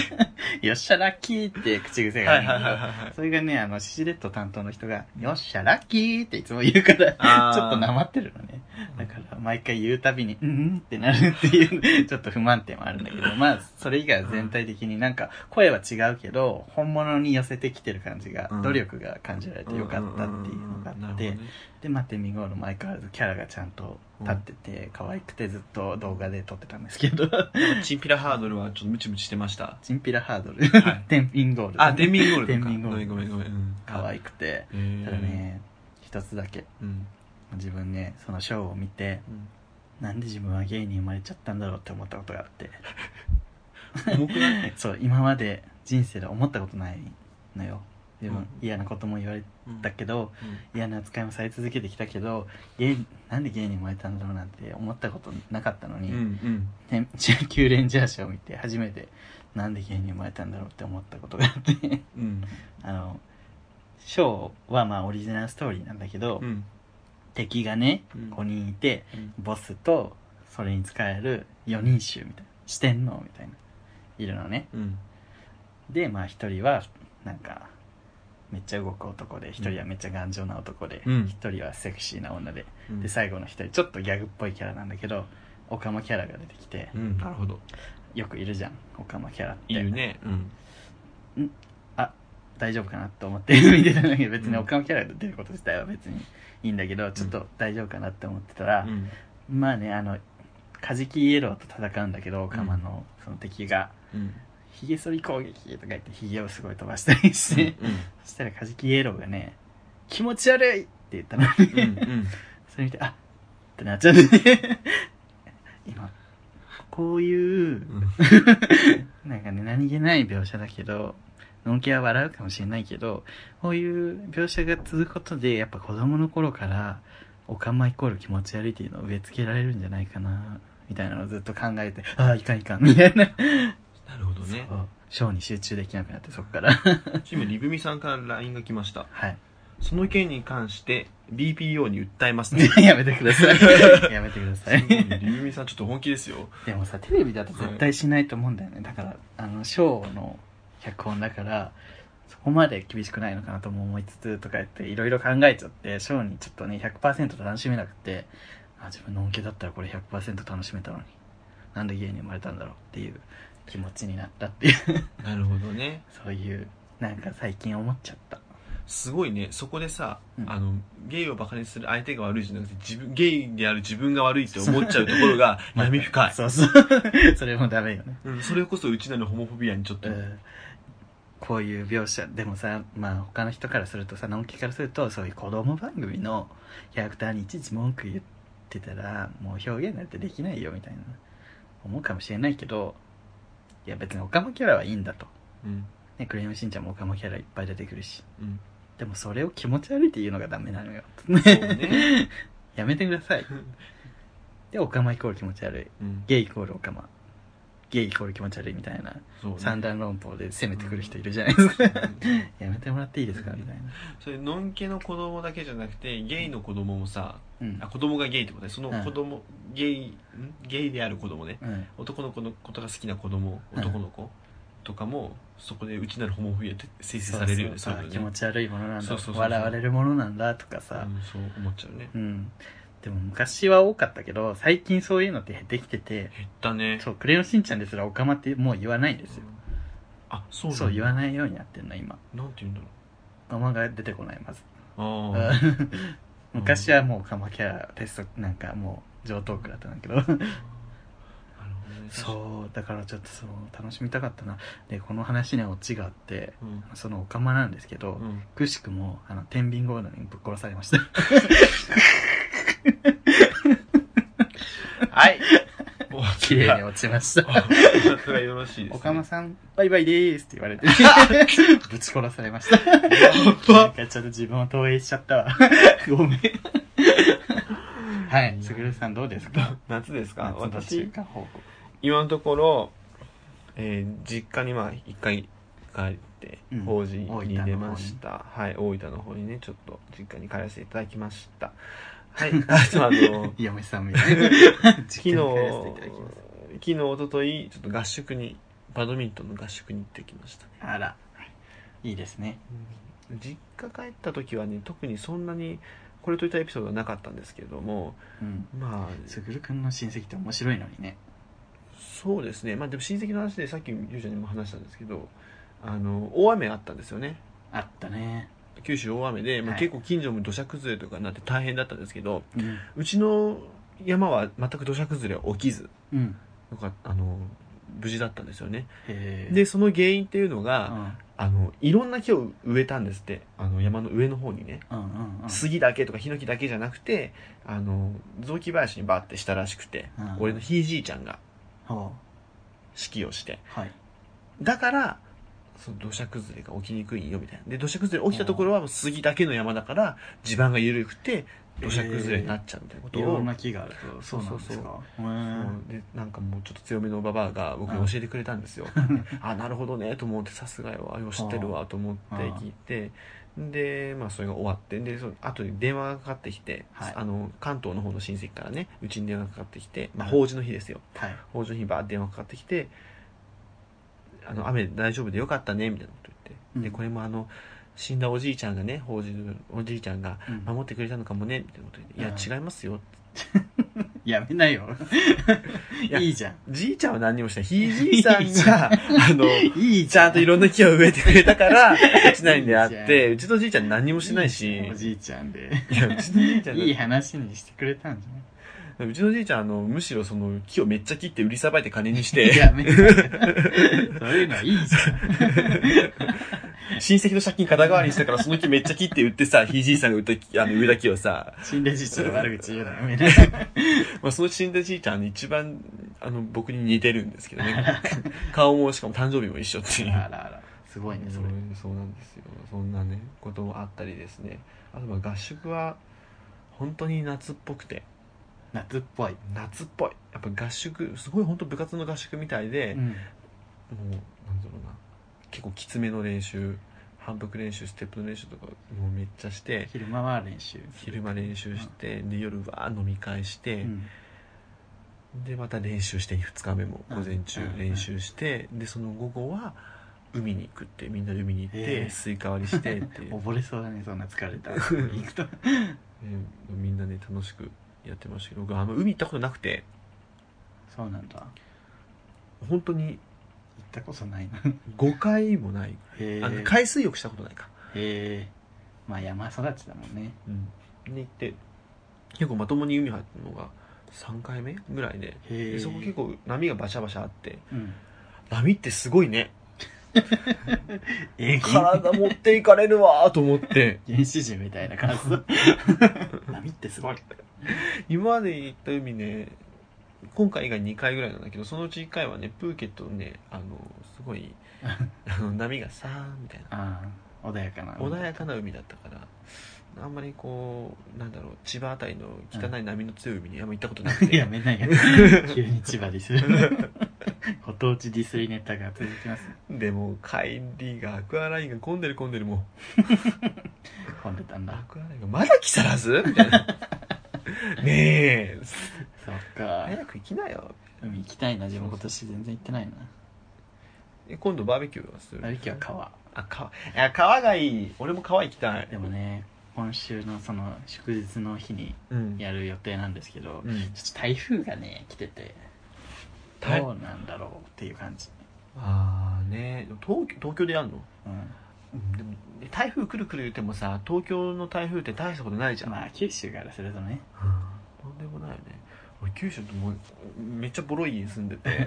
Speaker 2: よっしゃラッキーって口癖が
Speaker 1: は
Speaker 2: あ
Speaker 1: いはい
Speaker 2: るん
Speaker 1: はい
Speaker 2: だ
Speaker 1: はいは
Speaker 2: けど
Speaker 1: い。
Speaker 2: それがね、あの、シシレット担当の人が、よっしゃラッキーっていつも言うから、
Speaker 1: あー
Speaker 2: ちょっとなまってるのね。だから、毎回言うたびに、うんうんってなるっていう、ちょっと不満点もあるんだけど、まあ、それ以外は全体的になんか、声は違うけど、本物に寄せてきてる感じが
Speaker 1: うん、
Speaker 2: 努力が感じられてよかったっていうのがあって、で、待ってみごの相変わらずキャラがちゃんと立ってて、可愛くてずっと動画で撮ってたんですけど、
Speaker 1: チンピラハードルはちょっとムチムチしてました。
Speaker 2: チンピラハードル、
Speaker 1: はい
Speaker 2: 天秤ゴールド。
Speaker 1: あ、デミンゴールドか。
Speaker 2: 天秤ゴールド
Speaker 1: ごめんごめんごめん。
Speaker 2: 可
Speaker 1: い
Speaker 2: 愛くて、
Speaker 1: い
Speaker 2: ただ。ね一つだけ
Speaker 1: うん。
Speaker 2: 自分ねそのショーを見て なんで自分はゲイに生まれちゃったんだろうって思ったことがあって
Speaker 1: 重くない
Speaker 2: そう今まで人生で思ったことないのよ自分、
Speaker 1: うん
Speaker 2: 嫌なことも言われたけど嫌な扱いもされ続けてきたけどゲイなんでゲイに生まれたんだろうなんて思ったことなかったの
Speaker 1: う
Speaker 2: に、
Speaker 1: んうん。
Speaker 2: ね、19レンジャーショーを見て初めてなんでゲイに生まれたんだろうって思ったことがあって
Speaker 1: うん。
Speaker 2: あのショーはまあオリジナルストーリーなんだけど、
Speaker 1: うん。
Speaker 2: 敵がね
Speaker 1: うん
Speaker 2: 5人いて、
Speaker 1: うん
Speaker 2: ボスとそれに使える4人衆みたいな四天王みたいないるのね
Speaker 1: うん。
Speaker 2: でまあ1人はなんかめっちゃ動く男で一人はめっちゃ頑丈な男で
Speaker 1: うん
Speaker 2: 一、人はセクシーな女で
Speaker 1: うん
Speaker 2: で最後の一人ちょっとギャグっぽいキャラなんだけどオカマキャラが出てきて
Speaker 1: うんなるほど
Speaker 2: よくいるじゃんオカマキャラって
Speaker 1: いるねうん
Speaker 2: 大丈夫かなと思って見てたんだけど別に
Speaker 1: うん
Speaker 2: オカマキャラが出ること自体は別にいいんだけどちょっと大丈夫かなって思ってたら、
Speaker 1: うん
Speaker 2: まあねあのカジキイエローと戦うんだけどオカマのその敵が
Speaker 1: うん
Speaker 2: 「ヒゲ剃り攻撃」とか言ってヒゲをすごい飛ばしたりして、
Speaker 1: う
Speaker 2: そしたらカジキイエローがね「気持ち悪い!」って言ったの
Speaker 1: んうんうん
Speaker 2: それ見て、あっってなっちゃってね。 今、こういう、なんかね、何気ない描写だけど、のんきは笑うかもしれないけど、こういう描写が続くことで、やっぱ子供の頃から、おかまイコール気持ち悪いっていうのを植え付けられるんじゃないかな、みたいなのをずっと考えて、ああ、いかんいかん、みたいな。
Speaker 1: なるほどね
Speaker 2: そうショーに集中できなくなって、そっから。
Speaker 1: チームリブミさんから LINE が来ました
Speaker 2: はい。
Speaker 1: その件に関して BPO に訴えます
Speaker 2: やめてください。やめてください。
Speaker 1: リブミさんちょっと本気ですよ
Speaker 2: でもさテレビだと絶対しないと思うんだよね、だからあのショーの脚本だからそこまで厳しくないのかなとも思いつつとか言っていろいろ考えちゃってショーにちょっとね100%楽しめなくてあ自分の恩恵だったらこれ100%楽しめたのになんで家に生まれたんだろうっていう気持ちになったっていう
Speaker 1: なるほどね
Speaker 2: そういうなんか最近思っちゃった
Speaker 1: すごいねそこでさ、
Speaker 2: うん
Speaker 1: あのゲイをバカにする相手が悪いじゃなくて自分ゲイである自分が悪いって思っちゃうところが闇深い、
Speaker 2: そうそう それもダメよね
Speaker 1: うん、それこそうちなのホモフォビアにちょっと、
Speaker 2: うんこういう描写でもさまあ他の人からするとさ直木からするとそういう子供番組のキャラクターにいちいち文句言ってたらもう表現なんてできないよみたいな思うかもしれないけどいや別にオカマキャラはいいんだと、
Speaker 1: うん
Speaker 2: ね、クレヨンしんちゃんもオカマキャラいっぱい出てくるし
Speaker 1: うん
Speaker 2: でもそれを気持ち悪いって言うのがダメなのよ
Speaker 1: そうね
Speaker 2: やめてくださいでオカマイコール気持ち悪い
Speaker 1: うん
Speaker 2: ゲイイコールオカマゲイイコール気持ち悪いみたいな
Speaker 1: そうね
Speaker 2: 三段論法で攻めてくる人いるじゃないですかやめてもらっていいですかみたいな。
Speaker 1: それのんけの子供だけじゃなくてゲイの子供もさ
Speaker 2: うん
Speaker 1: あ。子供がゲイってことねその子供、ゲイんゲイである子供ね
Speaker 2: うん。
Speaker 1: 男の子のことが好きな子供
Speaker 2: うん
Speaker 1: 男の子とかもそこでうちなるホモフォビアって生成されるよね
Speaker 2: そうそう
Speaker 1: い
Speaker 2: 気持
Speaker 1: のね
Speaker 2: ち悪いものなんだ
Speaker 1: そうそうそうそう
Speaker 2: 笑われるものなんだとかさ。
Speaker 1: うんそう思っちゃうね
Speaker 2: うん。でも昔は多かったけど、最近そういうのって減ってきてて、
Speaker 1: 減ったね
Speaker 2: そう、クレヨンしんちゃんですらオカマってもう言わないんですよ。
Speaker 1: あそう
Speaker 2: そう、言
Speaker 1: な
Speaker 2: わ
Speaker 1: んだ
Speaker 2: ないようになってんの、今。
Speaker 1: なんて言うんだろ
Speaker 2: オカマが出てこない、まず。
Speaker 1: うああ
Speaker 2: 昔はもうオカマキャラ、テスト、なんかもう上等句だったんだけど。
Speaker 1: なるほどね
Speaker 2: そう、だからちょっとそう、楽しみたかったな。で、この話にはオチがあって、
Speaker 1: うん
Speaker 2: そのオカマなんですけど、
Speaker 1: うん
Speaker 2: くしくもあの天秤ゴールドにぶっ殺されました
Speaker 1: はい お
Speaker 2: 綺麗に落ちました
Speaker 1: お後がよろしいです
Speaker 2: 「
Speaker 1: ね
Speaker 2: おかまさんバイバイでーす」って言われてぶち殺されました
Speaker 1: ば
Speaker 2: なんかちょっと自分を投影しちゃったわごめんはいすぐるさんどうですか
Speaker 1: 夏ですか
Speaker 2: 夏の中
Speaker 1: 私
Speaker 2: 華報告
Speaker 1: 今のところ、えー実家にまあ一回帰って
Speaker 2: うん
Speaker 1: 法事に出ました、はい大分の方にねちょっと実家に帰らせていただきました はいあとあの
Speaker 2: 嫁さんみたいな昨
Speaker 1: 昨日昨日一昨日ちょっと合宿にバドミントンの合宿に行ってきましたね、
Speaker 2: あらいいですね
Speaker 1: 実家帰った時はね特にそんなにこれといったエピソードはなかったんですけれども
Speaker 2: うん
Speaker 1: まあ
Speaker 2: すぐるくんの親戚って面白いのにね
Speaker 1: そうですねまあでも親戚の話でさっきゆうちゃんにも話したんですけどあの大雨あったんですよね
Speaker 2: あったね
Speaker 1: 九州大雨で、まあ、
Speaker 2: はい
Speaker 1: 結構近所も土砂崩れとかになって大変だったんですけど、
Speaker 2: うん、
Speaker 1: うちの山は全く土砂崩れは起きず
Speaker 2: うん、
Speaker 1: なんかあの無事だったんですよね
Speaker 2: へえ
Speaker 1: でその原因っていうの
Speaker 2: う
Speaker 1: が、
Speaker 2: ん
Speaker 1: あのいろんな木を植えたんですってあの山の上の方にね
Speaker 2: うんうんうん
Speaker 1: 杉だけとかヒノキだけじゃなくてあの雑木林にバーってしたらしくて、
Speaker 2: うん
Speaker 1: 俺のひいじいちゃんが
Speaker 2: ほ
Speaker 1: 指揮をして
Speaker 2: うはい
Speaker 1: だからその土砂崩れが起きにくいよみたいなで土砂崩れ起きたところはもう杉だけの山だから地盤が緩くて土砂崩れになっちゃうみたいなこと
Speaker 2: い
Speaker 1: を、
Speaker 2: ろんな木があると
Speaker 1: そ
Speaker 2: そう
Speaker 1: そうん
Speaker 2: うな
Speaker 1: そ
Speaker 2: で
Speaker 1: う
Speaker 2: すか
Speaker 1: うんでなんかもうちょっと強めのババアが僕に教えてくれたんですよ あなるほどねと思ってさすがよあよう知ってるわと思って聞いてでまあそれが終わってでその後に電話がかかってきて、
Speaker 2: はい
Speaker 1: あの関東の方の親戚からねうちに電話がかかってきて、まあ、
Speaker 2: うん
Speaker 1: 法事の日ですよ
Speaker 2: はい
Speaker 1: 法事の日バーって電話かかってきて「あの雨大丈夫でよかったね」みたいなこと言って、
Speaker 2: うん
Speaker 1: でこれもあの死んだおじいちゃんがね法事のおじいちゃんが
Speaker 2: うん
Speaker 1: 守ってくれたのかもねみたいなこと言って「いうや違いますよ」
Speaker 2: やめなよ。
Speaker 1: いや
Speaker 2: いいじゃん。
Speaker 1: じいちゃんは何にもしないひいじいさん があの
Speaker 2: いい
Speaker 1: ちゃんといろんな木を植えてくれたから落ちないんであっ
Speaker 2: いいじゃ
Speaker 1: てうちのじいちゃん何にもしないし
Speaker 2: おじいちゃんで。
Speaker 1: いやうちのじいちゃん
Speaker 2: いい話にしてくれたんじゃ
Speaker 1: うちのじいちゃんあのむしろその木をめっちゃ切って売りさばいて金にし
Speaker 2: ない
Speaker 1: て
Speaker 2: やめなよ。そういうのはいいじ
Speaker 1: 親戚の借金肩代わりにしたからその木めっちゃ切って売ってさひいじいさんが売ったあの植えた木をさ
Speaker 2: ゃん。死んだじいちゃんの悪口言うのやめなよ。
Speaker 1: まあ、その死んだじいちゃん、一番、あの、僕に似てるんですけど ね。顔も、しかも誕生日も一緒って
Speaker 2: あ
Speaker 1: いう。
Speaker 2: らあら。すごいね、そ
Speaker 1: う
Speaker 2: れ。
Speaker 1: んそうなんですよ。そんなね、こともあったりですね。あと、まあ合宿は、本当に夏っぽくて、
Speaker 2: 夏っぽい。
Speaker 1: 夏っぽい。やっぱ合宿、すごい本当部活の合宿みたいで、
Speaker 2: う
Speaker 1: もう、
Speaker 2: ん。
Speaker 1: なんだろうな、結構きつめの練習、反復練習、ステップの練習とか、もうめっちゃして、
Speaker 2: 昼間は練習。
Speaker 1: 昼間練習して、で、夜は飲み会して、
Speaker 2: うん。
Speaker 1: でまた練習して2日目も午前中
Speaker 2: うん
Speaker 1: 練習して、でその午後は海に行くってみんなで海に行って、
Speaker 2: ええ
Speaker 1: スイカ割りしてって いう、
Speaker 2: 溺れそうだね、そんな疲 れた。行くと。
Speaker 1: うんみんなね楽しくやってましたけど僕あんま海行ったことなくて
Speaker 2: そうなんだ。行っ
Speaker 1: 本当に
Speaker 2: たことないな。
Speaker 1: 5回もない、
Speaker 2: へえ
Speaker 1: あの海水浴したことないか、
Speaker 2: へえまあ山育ちだもんね
Speaker 1: うん、で行って結構まともに海入ったのが3回目ぐらいで
Speaker 2: へ
Speaker 1: で
Speaker 2: え
Speaker 1: そこ結構波がバシャバシャあって
Speaker 2: うん
Speaker 1: 波ってすごいね
Speaker 2: えー原
Speaker 1: 体持っていかれるわーと思 って。
Speaker 2: 原始人みたいな感想 波ってすごい
Speaker 1: 今まで行った海ね今回以外2回ぐらいなんだけどそのうち1回はねプーケットのねあのすご いあの波がさーみたいな
Speaker 2: ああ穏やかな
Speaker 1: 穏やかな海だったからあんまりこうなんだろう千葉あたりの汚い波の強い海にあんま行ったことなくて、
Speaker 2: やめ ないよ急に千葉ディ スるご当地ディスりネタが続きます
Speaker 1: でも帰りがアクアラインが混んでる混んでるも
Speaker 2: 混んでたん
Speaker 1: うア
Speaker 2: だ
Speaker 1: クアラインがまだ木更津みた いなねえ
Speaker 2: そっか
Speaker 1: 早く行きなよ
Speaker 2: 海行きたいな自分今年全然行ってないな
Speaker 1: え今度バーベキューはする
Speaker 2: バーベキューは川
Speaker 1: あ川いや川がいい俺も川行きたい
Speaker 2: でもね今週のその祝日の日に
Speaker 1: うん
Speaker 2: やる予定なんですけど
Speaker 1: うん
Speaker 2: ちょっと台風がね来てて
Speaker 1: 台
Speaker 2: どうなんだろうっていう感じ
Speaker 1: ああねでも東京東京でやんの
Speaker 2: うん
Speaker 1: でも台風来る来る言ってもさ東京の台風って大したことないじゃん、
Speaker 2: まあ九州からするとね
Speaker 1: とんでもないよね俺九州ってもうめっちゃボロい家に住んで て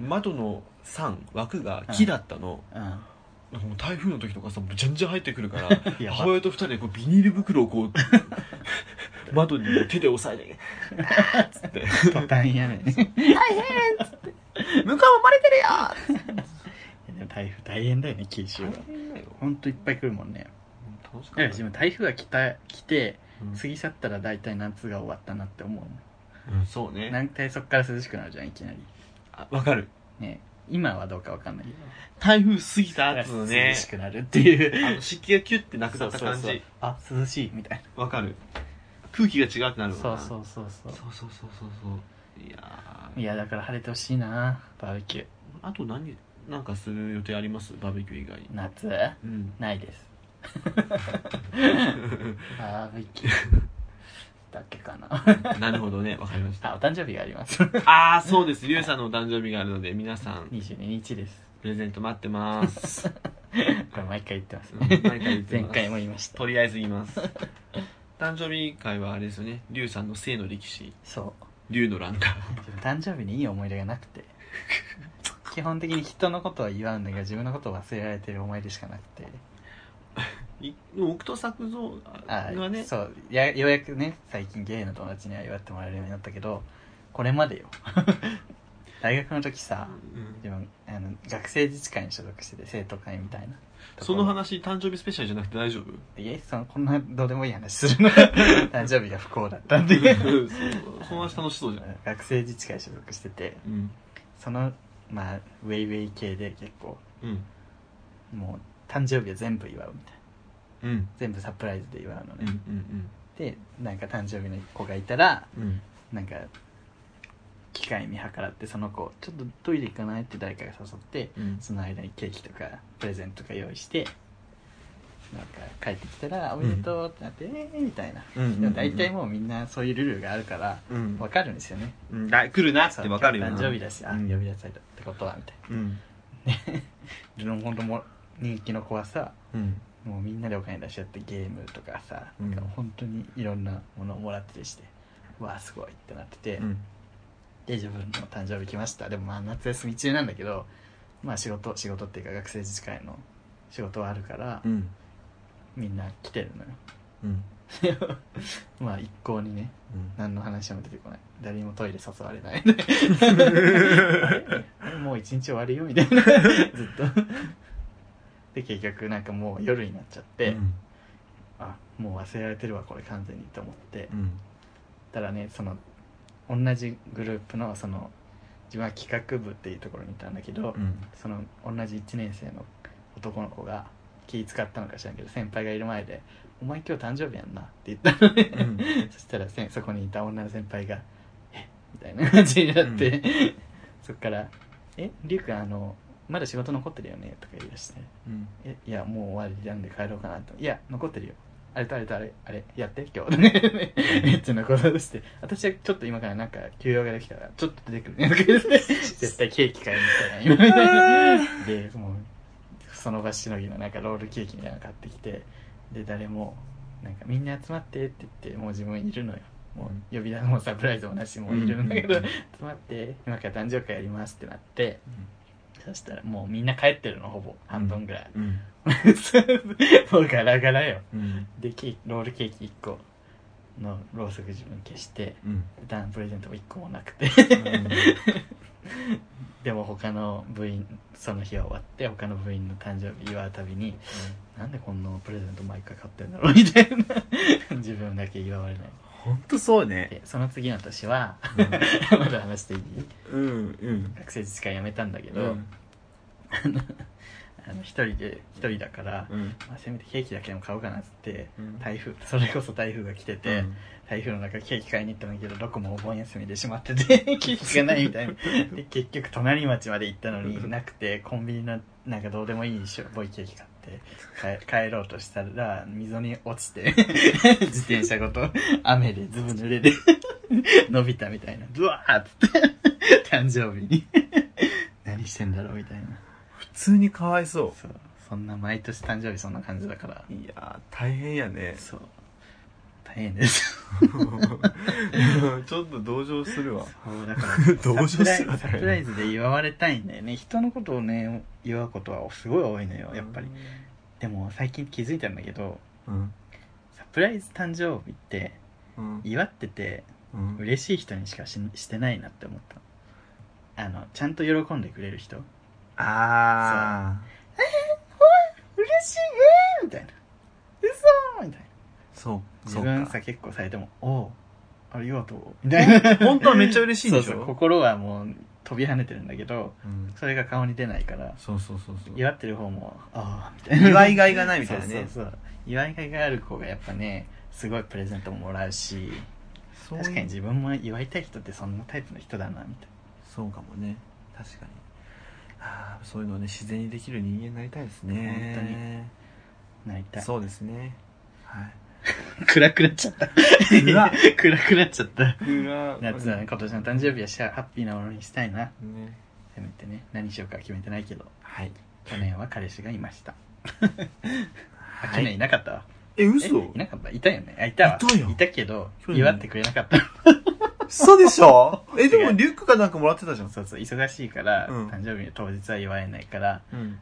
Speaker 1: 窓の桟枠が木だったの、
Speaker 2: うん
Speaker 1: なんかもう台風の時とかさもうじゃんじゃん入ってくるから
Speaker 2: やば
Speaker 1: 母親と二人でこうビニール袋をこ う窓に手で押さ えて「あーっつって
Speaker 2: 途端やね
Speaker 1: 「向こうも漏れてるよ!
Speaker 2: でも台風大変だよね九州は」
Speaker 1: 大変だよ
Speaker 2: ほんといっぱい来るもんね
Speaker 1: 楽し
Speaker 2: だ
Speaker 1: か
Speaker 2: から
Speaker 1: った
Speaker 2: 自分台風が来た来て
Speaker 1: うん
Speaker 2: 過ぎ去ったら大体夏が終わったなって思うもん
Speaker 1: うんそうね
Speaker 2: 何体そっから涼しくなるじゃんいきなり
Speaker 1: あわかる
Speaker 2: ね今はどうかわかんないけど
Speaker 1: 台風過ぎた後の
Speaker 2: 涼
Speaker 1: ね
Speaker 2: しくなるっていう
Speaker 1: あの湿気がキュッてなくなった感
Speaker 2: そうそうそう
Speaker 1: じ
Speaker 2: あ涼しいみたい
Speaker 1: わかる空気が違うってな
Speaker 2: な
Speaker 1: るもん
Speaker 2: そう
Speaker 1: な
Speaker 2: そうそうそ
Speaker 1: そうそうそうそうそういや
Speaker 2: う
Speaker 1: ー
Speaker 2: いやだから晴れてほしいなバーベキュー
Speaker 1: あと何なんかする予定ありますバーベキュー以外に
Speaker 2: 夏
Speaker 1: うん
Speaker 2: ないです バーベキューだけかな
Speaker 1: なるほどねわかりました
Speaker 2: あお誕生日があります
Speaker 1: ああそうですりゅうさんのお誕生日があるので皆さん
Speaker 2: 22日です
Speaker 1: プレゼント待ってます
Speaker 2: これ毎回言ってます
Speaker 1: うん毎回言って
Speaker 2: 前
Speaker 1: ます
Speaker 2: 回も言いました
Speaker 1: とりあえず言います誕生日会はあれですよねりゅうさんの性の歴史
Speaker 2: そう
Speaker 1: りゅうの欄か
Speaker 2: 自分誕生日にいい思い出がなくて基本的に人のことは祝うんだけど自分のことを忘れられてる思い出しかなくて
Speaker 1: いでも奥と作造
Speaker 2: あ、
Speaker 1: がね
Speaker 2: そうやようやくね最近ゲイの友達には祝ってもらえるようになったけどこれまでよ 大学の時さ
Speaker 1: うん
Speaker 2: 自分あの学生自治会に所属してて生徒会みたいなとこ
Speaker 1: そ
Speaker 2: ろ
Speaker 1: の話誕生日スペシャルじゃなくて大丈夫
Speaker 2: いやそのこんなどうでもいい話する の誕生日が不幸だったんで
Speaker 1: そうその話楽しそうじゃん、
Speaker 2: 学生自治会所属してて
Speaker 1: うん
Speaker 2: そのまあウェイウェイ系で結構
Speaker 1: うん
Speaker 2: もう誕生日を全部祝うみたいな
Speaker 1: うん
Speaker 2: 全部サプライズで祝うの
Speaker 1: うんう
Speaker 2: ね、
Speaker 1: ん
Speaker 2: でなんか誕生日の子がいたら
Speaker 1: うん
Speaker 2: なんか機械見計らってその子をちょっとトイレ行かないって誰かが誘って
Speaker 1: うん
Speaker 2: その間にケーキとかプレゼントとか用意してなんか帰ってきたら「おめでとう」ってなって「えーみたいな
Speaker 1: うんうんうん
Speaker 2: でも大体もうみんなそういうルールがあるから
Speaker 1: うん
Speaker 2: わかるんですよね
Speaker 1: うん、だ来るなってわかるよな
Speaker 2: 誕生日だしあ
Speaker 1: うん
Speaker 2: 呼び出されたってことはみたい
Speaker 1: うん
Speaker 2: なでも本当もう人気の子はさ
Speaker 1: うん
Speaker 2: もうみんなでお金出し合ってゲームとかさ、
Speaker 1: うん
Speaker 2: なんか本当にいろんなものをもらっててしてわあすごいってなってて、
Speaker 1: うん
Speaker 2: で自分の誕生日来ましたでもまあ夏休み中なんだけどまあ仕事仕事っていうか学生自治会の仕事はあるから、
Speaker 1: うん
Speaker 2: みんな来てるのよ
Speaker 1: うん
Speaker 2: まあ一向にね
Speaker 1: うん
Speaker 2: 何の話も出てこない誰にもトイレ誘われ ないあれもう一日終わるよみたい なずっとで結局なんかもう夜になっちゃって、
Speaker 1: うん
Speaker 2: あもう忘れられてるわこれ完全にと思って
Speaker 1: うん
Speaker 2: たらねその同じグループのその自分は企画部っていうところにいたんだけど、
Speaker 1: うん
Speaker 2: その同じ1年生の男の子が気使ったのか知らんけど先輩がいる前で「お前今日誕生日やんな」って言ったのね、 そしたらせそこにいた女の先輩が「えみたいな感じになって、そっから「えりゅうくんあのまだ仕事残ってるよね」とか言い出して
Speaker 1: うん
Speaker 2: 「えいやもう終わりなんで帰ろうかな」と「いや残ってるよ」あれとあれとあれあれやって今日 めっちゃ残ろうとして私はちょっと今からなんか休養ができたからちょっと出てくるねとか言って 絶対ケーキ買いに行ったら今みたいな でもうその場しのぎのなんかロールケーキみたいなの買ってきてで誰もなんかみんな集まってって言ってもう自分いるのよもう呼び出もうサプライズもなしもういるんだけど、
Speaker 1: うん
Speaker 2: 集まって今から誕生会やりますってなってそしたらもうみんな帰ってるのほぼ半分ぐらい、
Speaker 1: うん
Speaker 2: もうガラガラよ
Speaker 1: うん
Speaker 2: でケーキロールケーキ1個のろうそく自分消して
Speaker 1: うん
Speaker 2: ダンプレゼントも1個もなくて でも他の部員その日は終わって他の部員の誕生日祝うたびになんでこんなプレゼント毎回買ってんだろうみたいな 自分だけ祝われない
Speaker 1: 本当そうね
Speaker 2: でその次の年は まだ話していい
Speaker 1: うんうん
Speaker 2: 学生自治会辞めたんだけ
Speaker 1: う
Speaker 2: ど、
Speaker 1: ん
Speaker 2: あの一人で一人だから、
Speaker 1: うん
Speaker 2: まあ、せめてケーキだけでも買おうかなっつって
Speaker 1: うん
Speaker 2: 台風それこそ台風が来てて、台風の中ケーキ買いに行ったんだけどどこもお盆休みでしまって てケーキがないみたいな で結局隣町まで行ったのになくてコンビニのなんかどうでもいいしょぼいケーキ買って帰帰ろうとしたら溝に落ち て自転車ごと雨でずぶ濡れで 伸びたみたいなブワーっつって誕生日に何してんだろうみたいな
Speaker 1: 普通にかわいそ
Speaker 2: そうそんな毎年誕生日そんな感じだから
Speaker 1: ういやー大変やね
Speaker 2: そう大変です
Speaker 1: ちょっと同情するわ
Speaker 2: そう だから
Speaker 1: 同情する
Speaker 2: サプライサプライズで祝われたいんだよね人のことをね祝うことはすごい多いのよやっぱりでも最近気づいたんだけど
Speaker 1: うん
Speaker 2: サプライズ誕生日って
Speaker 1: うん
Speaker 2: 祝ってて
Speaker 1: うん
Speaker 2: 嬉しい人にしかししてないなって思ったあのちゃんと喜んでくれる人
Speaker 1: ああ
Speaker 2: 嬉しいえーみたいな嘘みたいな
Speaker 1: そう
Speaker 2: 自
Speaker 1: そう
Speaker 2: 分
Speaker 1: か
Speaker 2: さ結構されても「おうありがとう」みたいな
Speaker 1: 本当はめっちゃ嬉しいん
Speaker 2: そう
Speaker 1: でし
Speaker 2: そう
Speaker 1: ょ
Speaker 2: 心はもう飛び跳ねてるんだけど
Speaker 1: うん
Speaker 2: それが顔に出ないから
Speaker 1: そうそうそうそう
Speaker 2: 祝ってる方も「ああ」みたいな
Speaker 1: 祝いがいがないみたいなね
Speaker 2: そうそうそう祝いがいがある子がやっぱねすごいプレゼントももらうし
Speaker 1: そう
Speaker 2: 確かに自分も祝いたい人ってそんなタイプの人だなみたい
Speaker 1: そうかもね確かにあーそういうのをね自然にできる人間になりたいですね
Speaker 2: ななりたい
Speaker 1: そうですねはい
Speaker 2: 暗くなっちゃった
Speaker 1: う わ
Speaker 2: 暗くなっちゃった
Speaker 1: うわ
Speaker 2: 夏だね今年の誕生日はしゃハッピーなものにしたいな
Speaker 1: ね
Speaker 2: せめてね何しようか決めてないけど
Speaker 1: はい
Speaker 2: 去年は彼氏がいま した、あ
Speaker 1: は
Speaker 2: 去年
Speaker 1: い
Speaker 2: いなかったわ
Speaker 1: え
Speaker 2: え
Speaker 1: 嘘
Speaker 2: いなかったいたよねあいたわ
Speaker 1: いたよ
Speaker 2: けど
Speaker 1: 去年
Speaker 2: 祝ってくれなかった
Speaker 1: 嘘でしょ えで
Speaker 2: 違
Speaker 1: も
Speaker 2: う
Speaker 1: リュックかなんかもらってたじゃん
Speaker 2: そうそう忙しいから、
Speaker 1: うん
Speaker 2: 誕生日の当日は祝えないから
Speaker 1: うん
Speaker 2: っ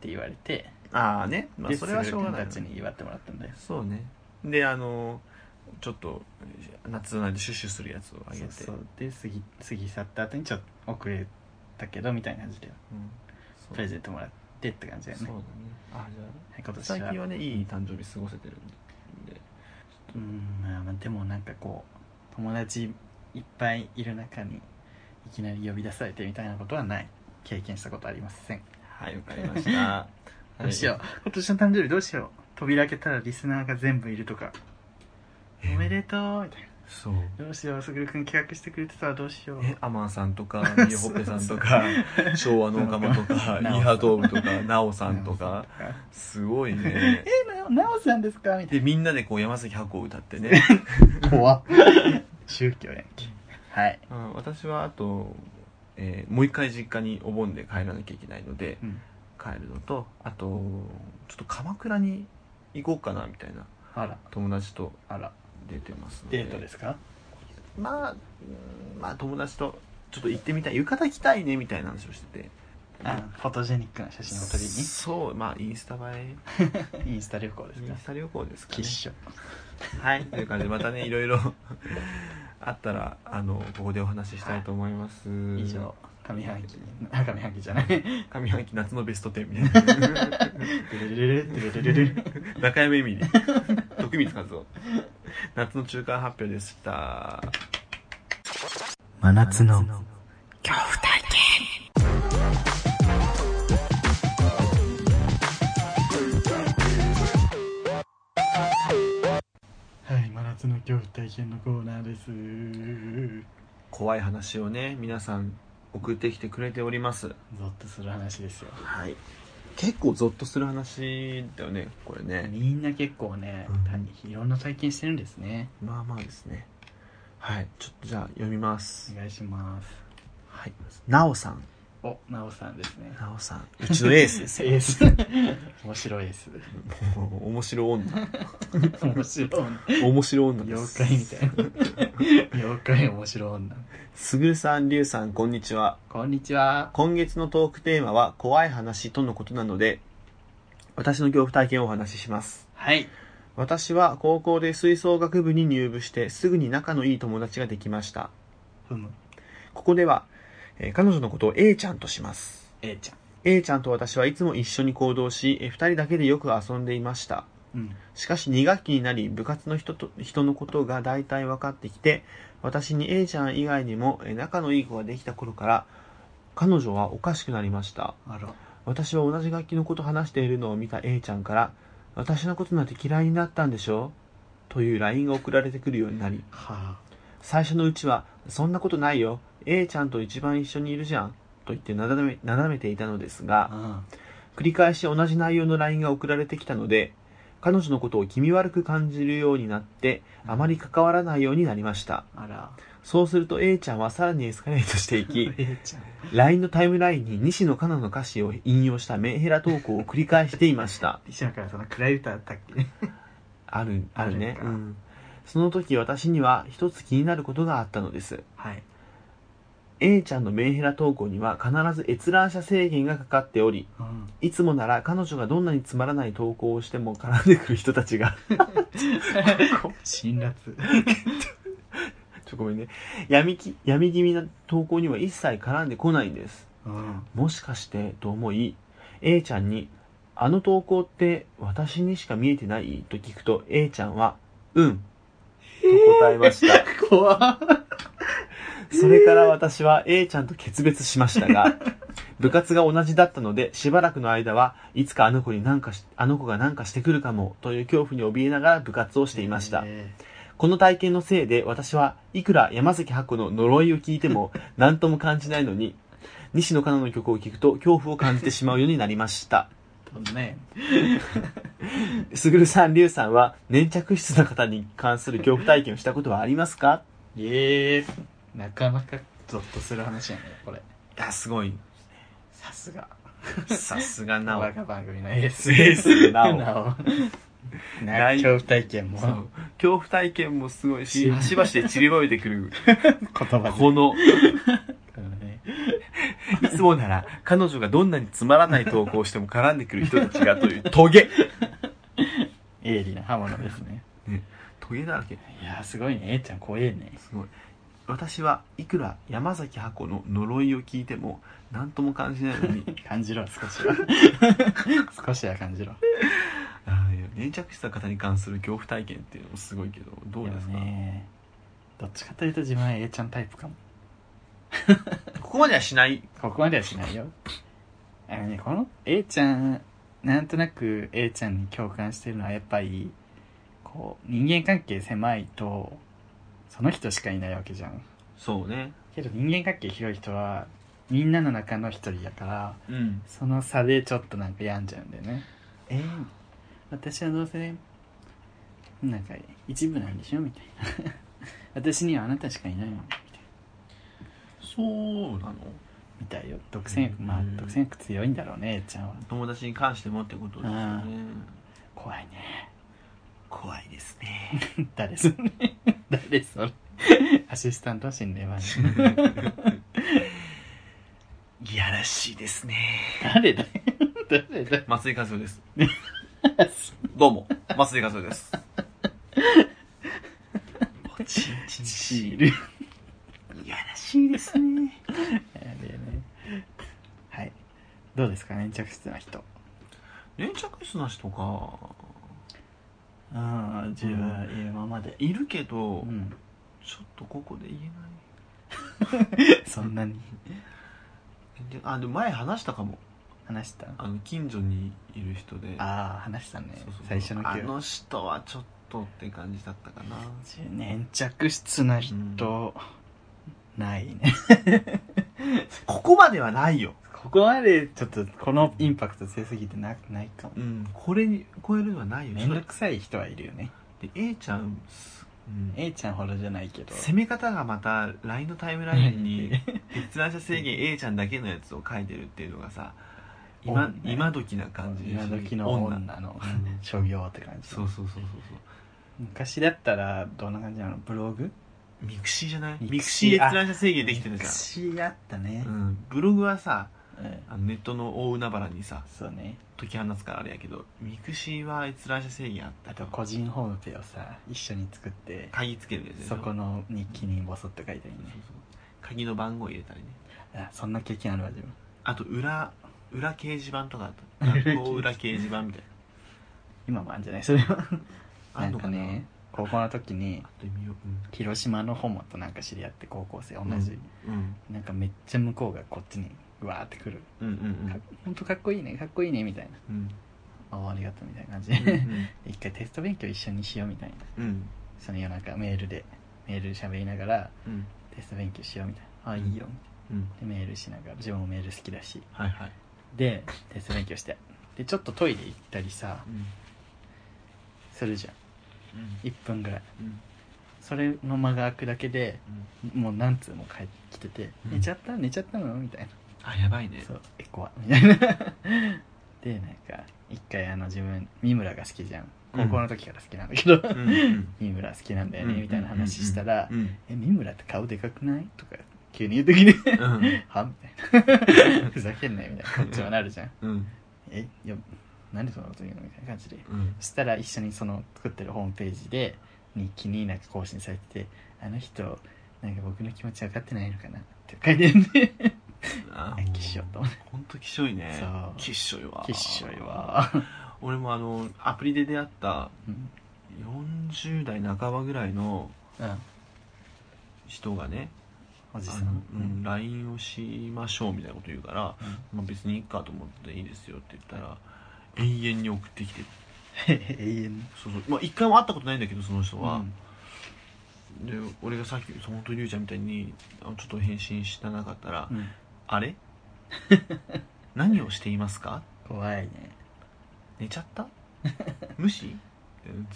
Speaker 2: て言われて
Speaker 1: ああねまあ
Speaker 2: で
Speaker 1: それはしょうがない
Speaker 2: すぐ友達に祝ってもらったんだよ
Speaker 1: そうねであのちょっと夏なんでシュッシュするやつをあげて
Speaker 2: そうそうで過ぎ過ぎ去った後にちょっと遅れたけどみたいな感じで
Speaker 1: うんそう
Speaker 2: プレゼントもらってって感じだよ
Speaker 1: そう
Speaker 2: ね
Speaker 1: だねあじゃ
Speaker 2: はい今
Speaker 1: あ
Speaker 2: 年は
Speaker 1: 最近はねいい誕生日過ごせてるんで
Speaker 2: うんまあまあでもなんかこう友達いっぱいいる中にいきなり呼び出されてみたいなことはない経験したことありません
Speaker 1: はいわかりま した
Speaker 2: どうしよう、今年の誕生日どうしよう扉開けたらリスナーが全部いるとかおめでとうみたいな
Speaker 1: そう
Speaker 2: どうしようすぐる君企画してくれてたらどうしよう
Speaker 1: えアマンさんとかみよほっぺさんと か 昭和のオカマとかイハトーブとかナオさんとかすごいね
Speaker 2: えな直さんですかみたい
Speaker 1: で、みんなでこう山崎箱を歌ってね。
Speaker 2: な。怖っ。 宗教やんけ。はい。
Speaker 1: うん、私はあと、えーもう一回実家にお盆で帰らなきゃいけないので、
Speaker 2: うん
Speaker 1: 帰るのとあとちょっと鎌倉に行こうかなみたいな
Speaker 2: あら、
Speaker 1: 友達と
Speaker 2: あら。
Speaker 1: 出てますので
Speaker 2: デートですか
Speaker 1: まあうんまあ友達とちょっと行ってみたい浴衣着たいねみたいな話をしてて
Speaker 2: あフォトジェニックな写真を撮り
Speaker 1: そうまあインスタ映
Speaker 2: に、インスタ旅行で
Speaker 1: え
Speaker 2: す
Speaker 1: イン
Speaker 2: ね。
Speaker 1: スタ旅行ですか
Speaker 2: きっ
Speaker 1: ね
Speaker 2: しょ。
Speaker 1: はいという感じでまたねいろいろあったらあのここでお話ししたいと思います、
Speaker 2: 以上、上半期。あ、上半期じゃない。デ
Speaker 1: 上半期夏のベスト10みたいな
Speaker 2: レレレレレレレレ
Speaker 1: 中山エミリ徳光和夫夏の中間発表でした
Speaker 2: 真夏のはい、真夏の恐怖体験のコーナーです。
Speaker 1: 怖い話をね皆さん送ってきてくれております
Speaker 2: ゾッとする話ですよ。
Speaker 1: はい結構ゾッとする話だよねこれね
Speaker 2: みんな結構ね
Speaker 1: うん、
Speaker 2: たいろんな体験してるんですね。
Speaker 1: まあまあですねはいちょっとじゃあ読みます
Speaker 2: お願いします。
Speaker 1: はいなおさん
Speaker 2: お、なおさんですね。
Speaker 1: なおさんうちのエース です
Speaker 2: エース。 面白いエース。
Speaker 1: もう面白女
Speaker 2: 面白い女。
Speaker 1: 面白女で
Speaker 2: 妖
Speaker 1: す
Speaker 2: 怪みたいな。妖怪面白い女。
Speaker 1: すぐるさんりゅうさんこんにちは
Speaker 2: こんにちは。
Speaker 1: 今月のトークテーマは怖い話とのことなので、私の恐怖体験をお話しします。
Speaker 2: はい。
Speaker 1: 私は高校で吹奏楽部に入部してすぐに仲のいい友達ができました。
Speaker 2: ふむ。
Speaker 1: ここでは、えー彼女のことを A ちゃんとします。
Speaker 2: えいちゃ
Speaker 1: A ちゃんと私はいつも一緒に行動し、えー二人だけでよく遊んでいました。
Speaker 2: ん。うん。
Speaker 1: しかし2学期になり部活の人と人のことが大体分かってきて私に A ちゃん以外にもえー仲のいい子ができた頃から彼女はおかしくなりました。
Speaker 2: あら。
Speaker 1: 私は同じ楽器のこと話しているのを見た A ちゃんから「私のことなんて嫌いになったんでしょ?」という LINE が送られてくるようになり
Speaker 2: は
Speaker 1: 最初のうちは「そんなことないよ A ちゃんと一番一緒にいるじゃん」と言ってなだめなだめていたのです
Speaker 2: あ。
Speaker 1: が
Speaker 2: うん。
Speaker 1: 繰り返し同じ内容の LINE が送られてきたので彼女のことを気味悪く感じるようになってあまり関わらないようになりました
Speaker 2: あら。
Speaker 1: そうすると A ちゃんはさらにエスカレートしてい き
Speaker 2: えいちゃん。
Speaker 1: LINE のタイムラインに西野カナの歌詞を引用したメンヘラ投稿を繰り返していました。
Speaker 2: 西野からその暗い歌だったっけ
Speaker 1: ある、ある
Speaker 2: あ
Speaker 1: ね
Speaker 2: る。か
Speaker 1: うん。その時私には一つ気になることがあったのです。
Speaker 2: はい。
Speaker 1: A ちゃんのメンヘラ投稿には必ず閲覧者制限がかかっており、
Speaker 2: うん。
Speaker 1: いつもなら彼女がどんなにつまらない投稿をしても絡んでくる人たちが、
Speaker 2: 辛辣。
Speaker 1: ちょ、ごめんね。闇き、闇気味な投稿には一切絡んでこないんです。
Speaker 2: うん。
Speaker 1: もしかしてと思い A ちゃんに「あの投稿って私にしか見えてない?」と聞くと A ちゃんは「うん」と答えました、
Speaker 2: 怖っ。
Speaker 1: それから私は A ちゃんと決別しましたが 部活が同じだったのでしばらくの間はいつかあの子になんかしあの子が何かしてくるかもという恐怖に怯えながら部活をしていました、
Speaker 2: え
Speaker 1: この体験のせいで私はいくら山崎箱の呪いを聞いて も何とも感じないのに西野カナの曲を聴くと恐怖を感じてしまうようになりました。
Speaker 2: ーどんなやん。
Speaker 1: すぐるさん、りゅうさんは粘着質な方に関する恐怖体験をしたことはありますか
Speaker 2: ええなかなかゾッとする話やね、これ。
Speaker 1: いや、すごい。
Speaker 2: さすが。
Speaker 1: さすがなお。
Speaker 2: 我が番組のエース。
Speaker 1: エースなお
Speaker 2: なお。
Speaker 1: な
Speaker 2: ない恐怖体験も
Speaker 1: そう恐怖体験もすごいし、
Speaker 2: し
Speaker 1: 端々で散りばめてくる。
Speaker 2: 言葉で
Speaker 1: この、
Speaker 2: うんね。
Speaker 1: いつもなら彼女がどんなにつまらない投稿をしても絡んでくる人たちがというトゲ。
Speaker 2: 鋭利な刃物ですね。
Speaker 1: トゲだらけ。
Speaker 2: いやーすごいね。えいちゃん怖えね。
Speaker 1: すごい。私はいくら山崎箱の呪いを聞いても何とも感じないの に
Speaker 2: 感じろ、少しは。少しは感じろ。
Speaker 1: ああいや粘着質な方に関する恐怖体験っていうのもすごいけどどうですか、
Speaker 2: もね。どっちかというと自分はえいちゃんタイプかも。
Speaker 1: ここまではしない
Speaker 2: ここまではしないよ。あのね、この A ちゃん、なんとなく A ちゃんに共感してるのはやっぱり、こう、人間関係狭いと、その人しかいないわけじゃん。
Speaker 1: そうね
Speaker 2: けど人間関係広い人は、みんなの中の一人やから、
Speaker 1: うん
Speaker 2: その差でちょっとなんか病んじゃうんだよね。えー私はどうせなんか一部なんでしょみたいな 私にはあなたしかいないのみたいな
Speaker 1: そうなの
Speaker 2: みたいよ独占欲まあ
Speaker 1: うん
Speaker 2: 独占欲強いんだろうねえっちゃんは
Speaker 1: 友達に関してもってことですよね
Speaker 2: 怖いね
Speaker 1: 怖いですね
Speaker 2: 誰それ 誰それ アシスタント心霊マシン
Speaker 1: いやらしいですね
Speaker 2: 誰だ 誰だ
Speaker 1: 松井和夫 ですどうも松井和夫ですポチンチン
Speaker 2: シ
Speaker 1: シ
Speaker 2: ール
Speaker 1: ールいやらしいですね
Speaker 2: やべえねはいどうですか粘着質な人
Speaker 1: 粘着質な人か
Speaker 2: ああ自分今まで
Speaker 1: いるけど、
Speaker 2: うん
Speaker 1: ちょっとここで言えない
Speaker 2: そんなに
Speaker 1: であでも前話したかも
Speaker 2: 話した
Speaker 1: あの近所にいる人で
Speaker 2: ああ話したね
Speaker 1: そうそう
Speaker 2: 最初の
Speaker 1: あ
Speaker 2: 記憶
Speaker 1: の人はちょっとって感じだったかな
Speaker 2: 粘着質な人、ないね
Speaker 1: ここまではないよ
Speaker 2: ここまでちょっとこのインパクト強すぎてなないかも
Speaker 1: うんこれに超えるのはないよ
Speaker 2: めんどくさい人はいるよね
Speaker 1: で A ちゃんす、うん、
Speaker 2: A ちゃんほどじゃないけど
Speaker 1: 攻め方がまた LINE のタイムラインに閲覧者制限 A ちゃんだけのやつを書いてるっていうのが さ今,、
Speaker 2: 女
Speaker 1: 今時な感じ
Speaker 2: 今時の
Speaker 1: 女
Speaker 2: 女の商業って感じ
Speaker 1: そうそうそうそうそう
Speaker 2: 昔だったらどんな感じなのブログ
Speaker 1: ミクシーじゃないミ
Speaker 2: ミ
Speaker 1: ク
Speaker 2: ク
Speaker 1: シ
Speaker 2: シ
Speaker 1: ー
Speaker 2: ー
Speaker 1: 閲覧者制限できてるじゃん
Speaker 2: 昔あったね
Speaker 1: うん、ブログはさ
Speaker 2: うん
Speaker 1: あのネットの大海原にさ
Speaker 2: そうね
Speaker 1: 解き放つからあれやけどミクシーは閲覧者制限あった
Speaker 2: あと個人ホームペーをさ一緒に作って
Speaker 1: 鍵つけるんです
Speaker 2: そ
Speaker 1: よ
Speaker 2: この日記にボソッと書いた
Speaker 1: そ
Speaker 2: り
Speaker 1: うそう
Speaker 2: ね
Speaker 1: 鍵の番号入れたりね
Speaker 2: あそんな経験あるわ自分
Speaker 1: あと裏裏掲示板とかあ った学校裏掲示板みたい
Speaker 2: 今もあるんじゃないそれは
Speaker 1: なあ
Speaker 2: なんん
Speaker 1: の
Speaker 2: か
Speaker 1: かな
Speaker 2: ね高校の時に
Speaker 1: あと見よう
Speaker 2: 広島のホモとなんか知り合って高校生同
Speaker 1: うん
Speaker 2: じ、
Speaker 1: うん
Speaker 2: なんかめっちゃ向こうがこっちにわーってくる、
Speaker 1: うんうん
Speaker 2: かほんとかっこいいねかっこいいねみたいな
Speaker 1: うんうん
Speaker 2: あありがとうみたいな感じ
Speaker 1: うんう
Speaker 2: で
Speaker 1: ん
Speaker 2: 一回テスト勉強一緒にしようみたいな
Speaker 1: うん
Speaker 2: その夜中メールでメール喋りながら
Speaker 1: うん
Speaker 2: テスト勉強しようみたいなあいいよ
Speaker 1: うん
Speaker 2: でメールしながら自分もメール好きだし
Speaker 1: はいはい
Speaker 2: でテスト勉強してでちょっとトイレ行ったりさ
Speaker 1: うん
Speaker 2: するじゃ
Speaker 1: うん
Speaker 2: ん1分ぐらい
Speaker 1: うん
Speaker 2: それの間が空くだけで
Speaker 1: うん
Speaker 2: もう何通も帰ってきてて
Speaker 1: うん
Speaker 2: 「寝ちゃった寝ちゃったの?」みたいな
Speaker 1: あやばいね
Speaker 2: そうえ怖っみたいな でなんか一回あの自分三村が好きじゃん
Speaker 1: うん
Speaker 2: 高校の時から好きなんだけど、
Speaker 1: うんうん
Speaker 2: 三村好きなんだよ
Speaker 1: うん
Speaker 2: ねみたいな話したら
Speaker 1: うんうん
Speaker 2: 「え三村って顔でかくない?」とか急に言う時に
Speaker 1: うんうん
Speaker 2: 「 は?」みたいな「ふざけんなよ」みたいなこっちはなるじゃん
Speaker 1: うん
Speaker 2: 「えいやなんでそんなこと言うの?」みたいな感じで
Speaker 1: うん
Speaker 2: そしたら一緒にその作ってるホームページで日記になんか更新されてて「あの人なんか僕の気持ち分かってないのかな」って書いてるんで
Speaker 1: あ
Speaker 2: 「きっしょ」と思って
Speaker 1: ほんときしょいね
Speaker 2: そう
Speaker 1: きっしょいわ
Speaker 2: 「きっしょいわ
Speaker 1: 俺もあのアプリで出会った」
Speaker 2: うん
Speaker 1: 40代半ばぐらいの
Speaker 2: うん
Speaker 1: 人がね
Speaker 2: おじ
Speaker 1: あ
Speaker 2: さ
Speaker 1: の
Speaker 2: ん、
Speaker 1: うん LINE をしましょうみたいなこと言うから、まあ、別にいいかと思っていいですよって言ったら永遠に送ってきて
Speaker 2: 永遠の
Speaker 1: そうそうまあ一回も会ったことないんだけどその人
Speaker 2: う
Speaker 1: は
Speaker 2: ん、
Speaker 1: で俺がさっきそう本当にゆうちゃんみたいにあのちょっと返信してなかったら「
Speaker 2: うん
Speaker 1: あ れ何をしていますか
Speaker 2: 怖いね
Speaker 1: 寝ちゃった無視?」って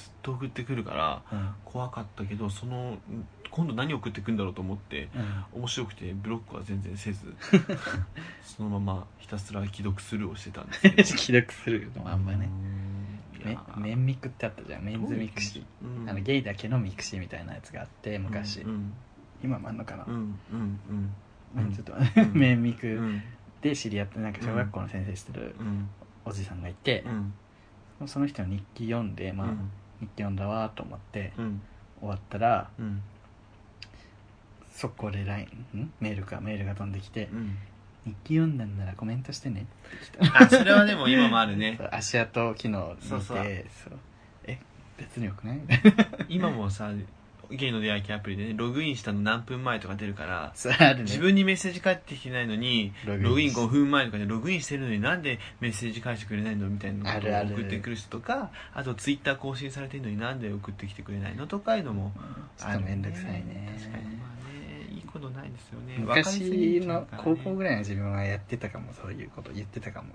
Speaker 1: ずっと送ってくるから
Speaker 2: うん
Speaker 1: 怖かったけどそのうん今度何送ってくんだろうと思って
Speaker 2: うん
Speaker 1: 面白くてブロックは全然せ ずそのままひたすら既読スルーをしてたんですけど
Speaker 2: 既読するのあ んまね
Speaker 1: うーんい
Speaker 2: め
Speaker 1: や
Speaker 2: メンミクってあったじゃんメンズミクシ
Speaker 1: うん
Speaker 2: ーあのゲイだけのミクシーみたいなやつがあって昔、
Speaker 1: うん
Speaker 2: 今もあんのかな
Speaker 1: う、んうんうん
Speaker 2: ちょっと待って
Speaker 1: うん
Speaker 2: メンミ
Speaker 1: うんう
Speaker 2: ク
Speaker 1: ん
Speaker 2: で知り合ってなんか小学校の先生してる
Speaker 1: うん
Speaker 2: おじさんがいて
Speaker 1: う、ん
Speaker 2: その人の日記読んで、まあ
Speaker 1: うん
Speaker 2: 日記読んだわーと思って
Speaker 1: うん
Speaker 2: 終わったら
Speaker 1: うん
Speaker 2: そこで LINE んメールかメールが飛んできて
Speaker 1: うん
Speaker 2: 「日記読んだんならコメントしてね」
Speaker 1: あそれはでも今もあるね
Speaker 2: そう足跡機能見て
Speaker 1: そうそう
Speaker 2: そうえ別によ くない
Speaker 1: 今もさゲイの出会い系アプリでねログインしたの何分前とか出るから
Speaker 2: そうあるね
Speaker 1: 自分にメッセージ返ってきてないのに
Speaker 2: ロ
Speaker 1: ログイン
Speaker 2: し
Speaker 1: 5分前とかでログインしてるのになんでメッセージ返してくれないのみたいな
Speaker 2: あ
Speaker 1: こと
Speaker 2: るあ
Speaker 1: を
Speaker 2: る
Speaker 1: 送ってくる人とかあとツイッター更新されてるのになんで送ってきてくれないのとかいうのも
Speaker 2: ちょっと面倒くさいね
Speaker 1: 確かにまあねいいことないですよね
Speaker 2: 昔の高校
Speaker 1: が
Speaker 2: ぐらいの自分はやってたかもそういうこと言ってたかも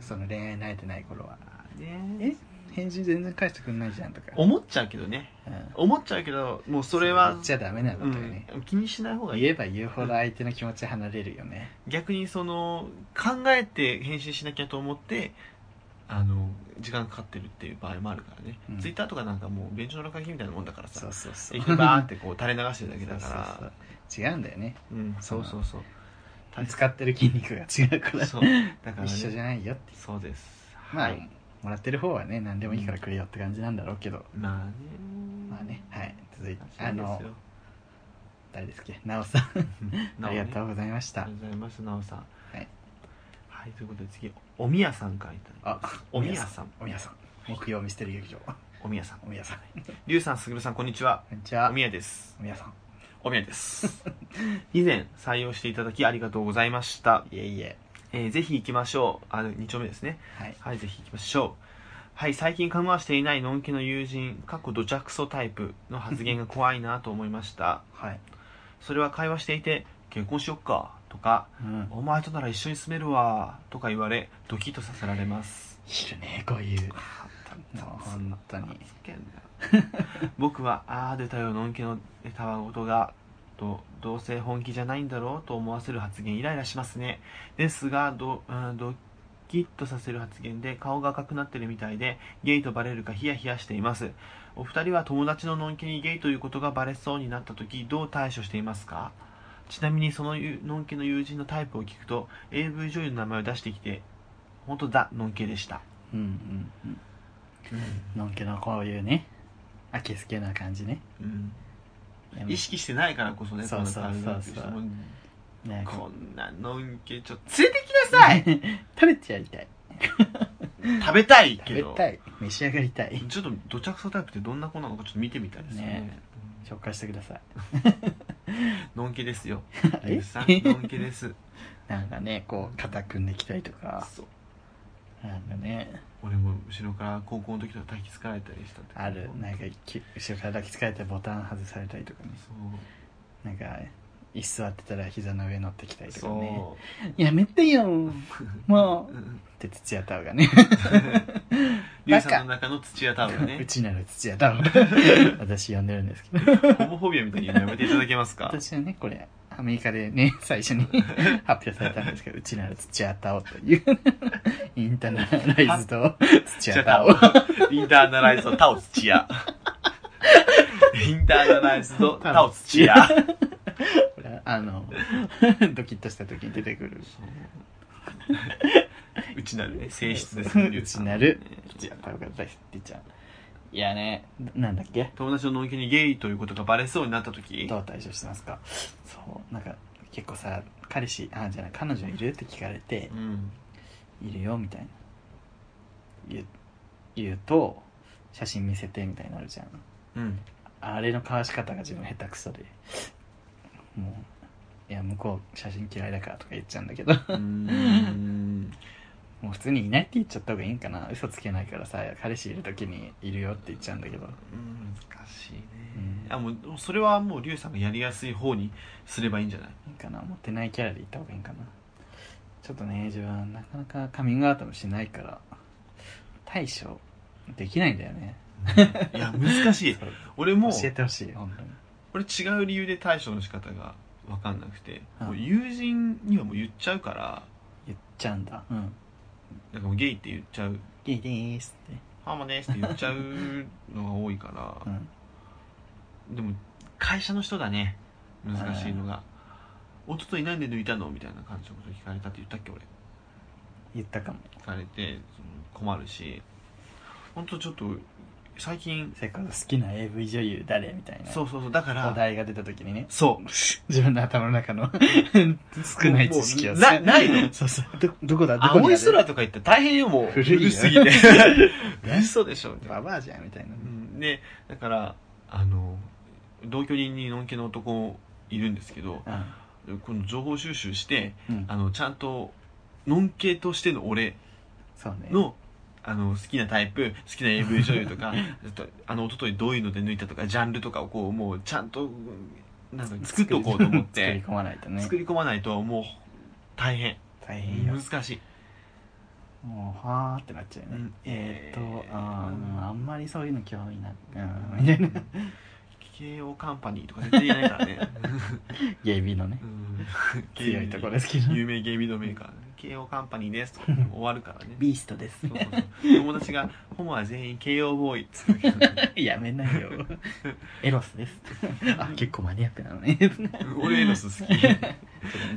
Speaker 2: その恋愛慣れてない頃はえ返事全然返してくんないじゃんとか、
Speaker 1: 思っちゃうけどね
Speaker 2: うん
Speaker 1: 思っちゃうけどもうそれ
Speaker 2: 言
Speaker 1: は
Speaker 2: っちゃダメなのとかね、
Speaker 1: うん、気にしない方がいい
Speaker 2: 言えば言うほど相手の気持ち離れる よね、
Speaker 1: 逆にその考えて返信しなきゃと思ってあの時間かかってるっていう場合もあるからね、
Speaker 2: うん
Speaker 1: ツイッターとかなんかもう便所の落書きみたいなもんだから
Speaker 2: そ
Speaker 1: さ
Speaker 2: うそうそう
Speaker 1: 適当にバーンってこう垂れ流してるだけだから
Speaker 2: そうそうそう違うんだよね
Speaker 1: うんそうそうそう大切
Speaker 2: 使ってる筋肉が違うから
Speaker 1: そうだから、ね、
Speaker 2: 一緒じゃないよって
Speaker 1: そうです
Speaker 2: まあ、
Speaker 1: はい
Speaker 2: もらってる方はね何でもいいからくれよって感じなんだろうけど、
Speaker 1: まあね
Speaker 2: まあねはい続いて
Speaker 1: そうですよ
Speaker 2: あの誰ですっけなおさん
Speaker 1: な
Speaker 2: あ
Speaker 1: お
Speaker 2: り
Speaker 1: ね
Speaker 2: がとうございまし
Speaker 1: あ
Speaker 2: た
Speaker 1: りがとうございますなおさん
Speaker 2: はい、
Speaker 1: はい、ということで次おみやさんからいただき
Speaker 2: あ
Speaker 1: ますおみやさん
Speaker 2: おみやさん木曜ミステリー劇場
Speaker 1: おみやさん
Speaker 2: おみやさん
Speaker 1: りゅうさんすぐるさんこんにちは
Speaker 2: こんにちは
Speaker 1: おみやです
Speaker 2: おみやさん
Speaker 1: おみやです 以前採用していただきありがとうございました、
Speaker 2: いえいえ
Speaker 1: えーぜひ行きましょうあの2丁目ですね
Speaker 2: はい
Speaker 1: はいぜひ行きましょうはい最近かまわしていないのんけの友人かっこどちゃくそタイプの発言が怖いなと思いました
Speaker 2: はい、
Speaker 1: それは会話していて結婚しよっかとか
Speaker 2: うん、
Speaker 1: お前となら一緒に住めるわとか言われドキッとさせられます
Speaker 2: いるねこういう本当に
Speaker 1: ふざけんなよ 僕は「ああ出たよのんけのたわごとが」とどうせ本気じゃないんだろうと思わせる発言イライラしますねですがど、うん、ドキッとさせる発言で顔が赤くなってるみたいでゲイとバレるかヒヤヒヤしていますお二人は友達ののんけにゲイということがバレそうになった時どう対処していますかちなみにそのゆのんけの友人のタイプを聞くと AV 女優の名前を出してきて本当だのんけでした、
Speaker 2: うんうんうんのんけのこういうねあけすけな感じね
Speaker 1: うん
Speaker 2: いや
Speaker 1: 意識してないからこそね
Speaker 2: そうそうそうそう
Speaker 1: この体があるってい
Speaker 2: ね
Speaker 1: う
Speaker 2: こ
Speaker 1: こんなのんけちょっと連れてきなさい
Speaker 2: 食べちゃいたい
Speaker 1: 食べたい
Speaker 2: 食
Speaker 1: け
Speaker 2: べ
Speaker 1: ど
Speaker 2: たい召し上がりたい
Speaker 1: ちょっと土着層タイプってどんな子なのかちょっと見てみたいですね
Speaker 2: ね紹介してください
Speaker 1: のんけですよ
Speaker 2: え
Speaker 1: ゆうさんのんけ です
Speaker 2: なんかねこう肩組んできたりとか
Speaker 1: そう
Speaker 2: なんかね
Speaker 1: 俺も後ろから高校の時とか抱きつかれたりしたって
Speaker 2: あるなんかき後ろから抱きつかれてボタン外されたりとかね
Speaker 1: そう
Speaker 2: なんか椅子座ってたら膝の上乗ってきたりとか
Speaker 1: そう、
Speaker 2: ねやめ てよもう
Speaker 1: う ん
Speaker 2: って土屋太鳳がね
Speaker 1: ゆうさんの中の土屋タオル
Speaker 2: う
Speaker 1: ね
Speaker 2: ちなる土屋 太鳳私呼んでるんですけど
Speaker 1: ホモフォビアみたいに言うのやめていただけますか
Speaker 2: 私はねこれアメリカでね 最初に発表されたんですけどうちなる土屋太鳳という インターナライズと土屋太鳳
Speaker 1: インターナライズドタオ土屋。インターナライズドタオ土屋。
Speaker 2: これはあの ドキッとした時に出てくる
Speaker 1: うちなるね、性質ですね。
Speaker 2: うちなる土屋太鳳が大好きちゃんいやねなんだっけ
Speaker 1: 友達ののんけにゲイということがバレそうになった時
Speaker 2: どう対処してますかそうなんか結構さ彼氏あじゃない彼女いるって聞かれて
Speaker 1: うん。
Speaker 2: いるよみたいな言う言うと写真見せてみたいになるじゃん
Speaker 1: うん。
Speaker 2: あれのかわし方が自分下手くそでもういや向こう写真嫌いだからとか言っちゃうんだけど
Speaker 1: うーん。
Speaker 2: もう普通にいないって言っちゃった方がいいんかな嘘つけないからさ彼氏いる時にいるよって言っちゃうんだけど
Speaker 1: うん難しいね
Speaker 2: うん。
Speaker 1: あ、もう、それはもう、リュウさんがやりやすい方にすればいいんじゃない
Speaker 2: いいかな持ってないキャラで行った方がいいんかなちょっとね自分はなかなかカミングアウトもしないから対処できないんだよね
Speaker 1: いや、難しい。
Speaker 2: そう
Speaker 1: 俺も、
Speaker 2: 教えてほしい本当に
Speaker 1: 俺違う理由で対処の仕方が分かんなくて、
Speaker 2: うん
Speaker 1: もう友人にはもう言っちゃうから、
Speaker 2: 言っちゃうんだうん
Speaker 1: なんかもうゲイって言っちゃう
Speaker 2: ゲイでーすって
Speaker 1: ハーマですって言っちゃうのが多いか
Speaker 2: う
Speaker 1: ら、
Speaker 2: ん
Speaker 1: でも会社の人だね難しいのが「おととい何で抜いたの?」みたいな感じのこと聞かれたって言ったっけ俺
Speaker 2: 言ったかも
Speaker 1: 聞かれてその困るし本当ちょっと最近
Speaker 2: それこそ好きな AV 女優誰みたいな
Speaker 1: そうそうそうだか
Speaker 2: お
Speaker 1: ら
Speaker 2: 題が出た時にね
Speaker 1: そう
Speaker 2: 自分の頭の中の少ない知識を
Speaker 1: もうなないの
Speaker 2: そうそうどどこだどこにあ
Speaker 1: 青
Speaker 2: る
Speaker 1: い空とか言って大変よもう
Speaker 2: 古いよ
Speaker 1: 古すぎて嘘でしょみたいな
Speaker 2: ババアじゃんみたい
Speaker 1: う
Speaker 2: な
Speaker 1: んでだからあの同居人にのんけの男いるんですけどこの情報収集して
Speaker 2: うん、うん、
Speaker 1: あのちゃんとのんけとしての俺
Speaker 2: そうね
Speaker 1: のあの好きなタイプ好きな AV 女優とかちょっとあの一昨日どういうので抜いたとかジャンルとかをこうもうちゃんとうんなんだろう作っておこうと思っ
Speaker 2: 作り
Speaker 1: て
Speaker 2: 込まないとね
Speaker 1: 作り込まないともう大変
Speaker 2: 大変よ
Speaker 1: 難しい
Speaker 2: もうはーってなっちゃうよね、
Speaker 1: うん
Speaker 2: えーっ
Speaker 1: えー
Speaker 2: とあー、うん、あんまりそういうの興味なく、うん、 みたいな
Speaker 1: 慶応カンパニーとか絶対言えないから ね
Speaker 2: ゲイビーのね
Speaker 1: うん
Speaker 2: 強いところですけど
Speaker 1: 有名ゲイビドメーカー ね慶応カンパニーですとかでも終わるからね
Speaker 2: ビーストです
Speaker 1: そうそうそう友達が「ホモは全員慶応ボーイ」っつってたけど
Speaker 2: やめないよ エロスですあ結構マニアックなの ねちょっと
Speaker 1: 俺エロス好き
Speaker 2: ディ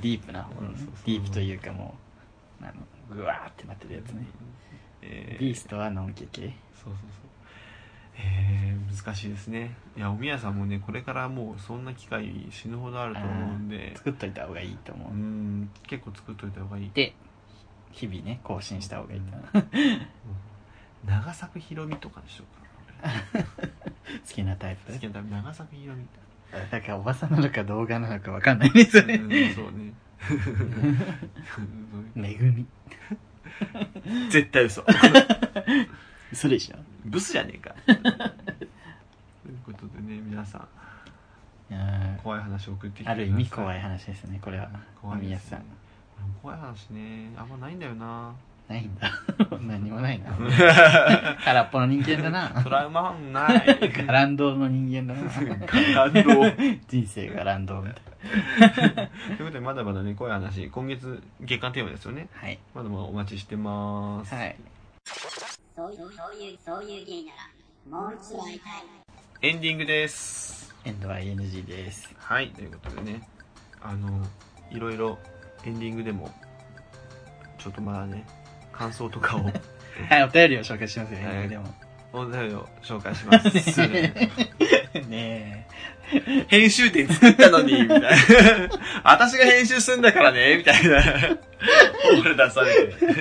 Speaker 2: ープな方の
Speaker 1: うんそうそう
Speaker 2: ディープというかもうあのグワーってなってるやつね、
Speaker 1: え
Speaker 2: ビーストはノンケ系
Speaker 1: そうそうそうえー、難しいですねいやおみやさんもねこれからもうそんな機会死ぬほどあると思うんで
Speaker 2: 作っといた方がいいと思う、
Speaker 1: うん結構作っといた方がいい
Speaker 2: で日々ね更新した方がいいかな好
Speaker 1: うん長作ひろみとかにしようかな
Speaker 2: きなタイプ
Speaker 1: 好きな旅長作ひろみ
Speaker 2: だからおばさんなのか動画なのかわかんないねそれ、
Speaker 1: うんそうね
Speaker 2: めぐみ
Speaker 1: 絶対嘘
Speaker 2: 嘘でしょ
Speaker 1: ブスじゃねえかということでね皆さん
Speaker 2: うん
Speaker 1: 怖い話送ってきてください
Speaker 2: ある意味怖い話ですねこれは
Speaker 1: 怖い
Speaker 2: 宮
Speaker 1: で
Speaker 2: 津
Speaker 1: す
Speaker 2: さ
Speaker 1: ね
Speaker 2: ん
Speaker 1: 怖い話ねあんまないんだよ な
Speaker 2: ないん だ何もないな空っぽの人間だな
Speaker 1: トラウマもない
Speaker 2: 乱動の人間だな
Speaker 1: 感動という
Speaker 2: 人生が乱動みたいな
Speaker 1: ことでまだまだね怖い話今月月間テーマですよね
Speaker 2: はい
Speaker 1: まだまだお待ちしてます
Speaker 2: はい
Speaker 4: そういう、そういう、そういう芸なら、もう一度会いたい。
Speaker 1: エンディングです
Speaker 2: エンドは ING です
Speaker 1: はいということでねあのいろいろエンディングでもちょっとまだね感想と かを
Speaker 2: はいお便りを紹介しますよ、
Speaker 1: はい
Speaker 2: エンドでも
Speaker 1: お便りを紹介します
Speaker 2: ね
Speaker 1: 編集点作ったのに、みたいな。 私が編集するんだからね、みたいな。 俺出されて。ちょっ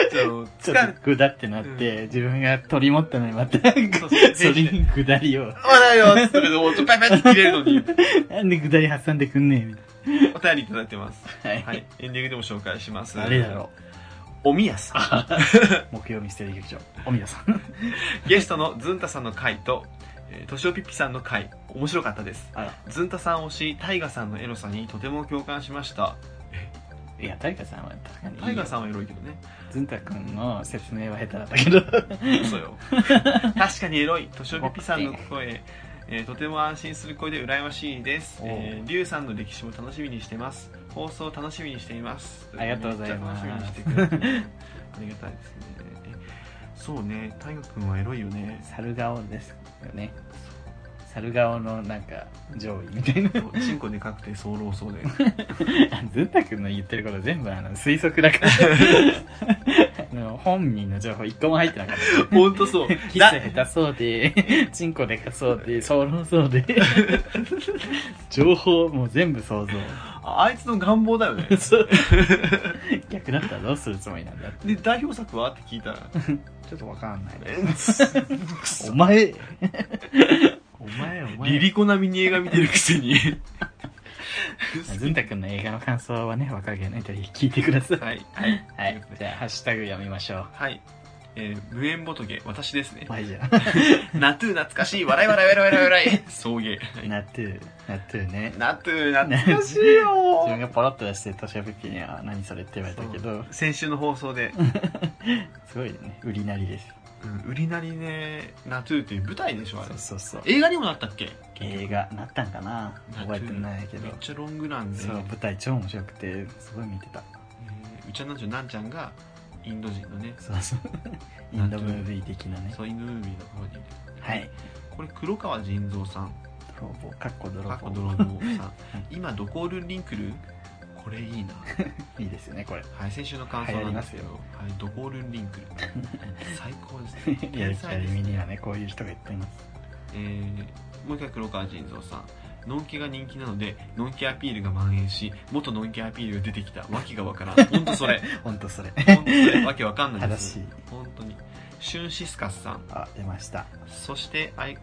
Speaker 2: え
Speaker 1: と
Speaker 2: ちょ
Speaker 1: 疲
Speaker 2: っ
Speaker 1: れ
Speaker 2: とぐだってなって、自分が取り持ったのにまた
Speaker 1: そうそう
Speaker 2: それにぐだりを
Speaker 1: 笑いよっつって、もうペペって切れるの に、
Speaker 2: なんでぐだり挟んでくんねえみたい
Speaker 1: お便りいただいてます。
Speaker 2: なはい、
Speaker 1: はい。エンディングでも紹介します。
Speaker 2: 誰だろ
Speaker 1: おみやさん。
Speaker 2: う木曜ミステリー劇場おみやさん
Speaker 1: ゲストのずんたさんの回と、えーとしおぴっぴさんの回、面白かったです。
Speaker 2: あ
Speaker 1: ずんたさん推し、タイガさんのエロさにとても共感しました。
Speaker 2: いやタイガさんは確かにいいよ
Speaker 1: タイガさんはエロいけどね。
Speaker 2: ずんたくんの説明は下手だったけど
Speaker 1: そう よ確かにエロい年寄りピさんの声、えーとても安心する声で羨ましいです
Speaker 2: おう
Speaker 1: えーリュウさんの歴史も楽しみにしてます放送楽しみにしています
Speaker 2: ありがとうございます
Speaker 1: めっちゃ楽しみにしてくれてるありがたいですねえそうね大河君はエロいよね
Speaker 2: 猿顔ですよね猿顔のなんか上位みた いな
Speaker 1: チンコでかくて早漏そう で
Speaker 2: ずんたくんの言ってること全部あの推測だから あの本人の情報一個も入ってなかった
Speaker 1: ほんと そう
Speaker 2: キス
Speaker 1: な
Speaker 2: 下手そう で、チンコでかそうで、ソロそうで、 情報もう全部想像。
Speaker 1: あいつの願望だよね
Speaker 2: そう逆だったらどうするつもりなんだ
Speaker 1: で代表作はって聞いた ら
Speaker 2: ちょっとわかんない。
Speaker 1: えくそ
Speaker 2: お前 お前お前。
Speaker 1: リリコ並みに映画見てるくせ に
Speaker 2: ずんたくんの映画の感想はね、わかるけどね、とりあえず聞いてください。
Speaker 1: はいはい
Speaker 2: はい。じゃあ、ハッシュタグ読みましょう。
Speaker 1: はい。えー、無縁仏、私ですね
Speaker 2: お。前じゃん。
Speaker 1: ナトゥー懐かしい、笑い笑い笑い笑い笑い。送迎。
Speaker 2: ナトゥー、ナトゥーね。
Speaker 1: ナトゥー懐かしい
Speaker 2: 自分
Speaker 1: よ
Speaker 2: がポロッと出して、トシャピッピには何それって言われたけど、
Speaker 1: 先週の放送で、
Speaker 2: すごいね、売りなりです。
Speaker 1: うん、売りなりね、ナトゥーっていう舞台でしょ、あれ
Speaker 2: そう。そうそう。
Speaker 1: 映画にもなったっけ
Speaker 2: 映画なったんかな覚えてないけど
Speaker 1: めっちゃロングランで、
Speaker 2: そう舞台超面白くてすごい見てた
Speaker 1: えーうちゃなんちょなんちゃんがインド人のね、
Speaker 2: そう そうインドムービー的なね
Speaker 1: そうインドムービーの方にいる。
Speaker 2: はい
Speaker 1: これ黒川仁蔵さん、
Speaker 2: 泥棒かっこ泥
Speaker 1: 過去
Speaker 2: 棒
Speaker 1: 泥棒さん。今、ドコールリンクルこれいいな。
Speaker 2: いいですよねこれ
Speaker 1: はい、先週の感想なんですけど、
Speaker 2: 流
Speaker 1: はい、ドコールンリン クル。最高ですね。
Speaker 2: や
Speaker 1: 天
Speaker 2: りた
Speaker 1: 才
Speaker 2: い
Speaker 1: です
Speaker 2: 耳に
Speaker 1: ね。
Speaker 2: はねこういう人がいっぱいいます
Speaker 1: えー、もう一回黒川仁蔵さん。のんきが人気なので、のんきアピールが蔓延し、元のんきアピールが出てきた。わけがわ からん。ほんとそれ。
Speaker 2: ほんとそれ
Speaker 1: ほんとそれ。わけわかんないで
Speaker 2: 正
Speaker 1: す
Speaker 2: し。い
Speaker 1: ほんとに。シュンシスカスさん。
Speaker 2: あ出ました
Speaker 1: そして、あい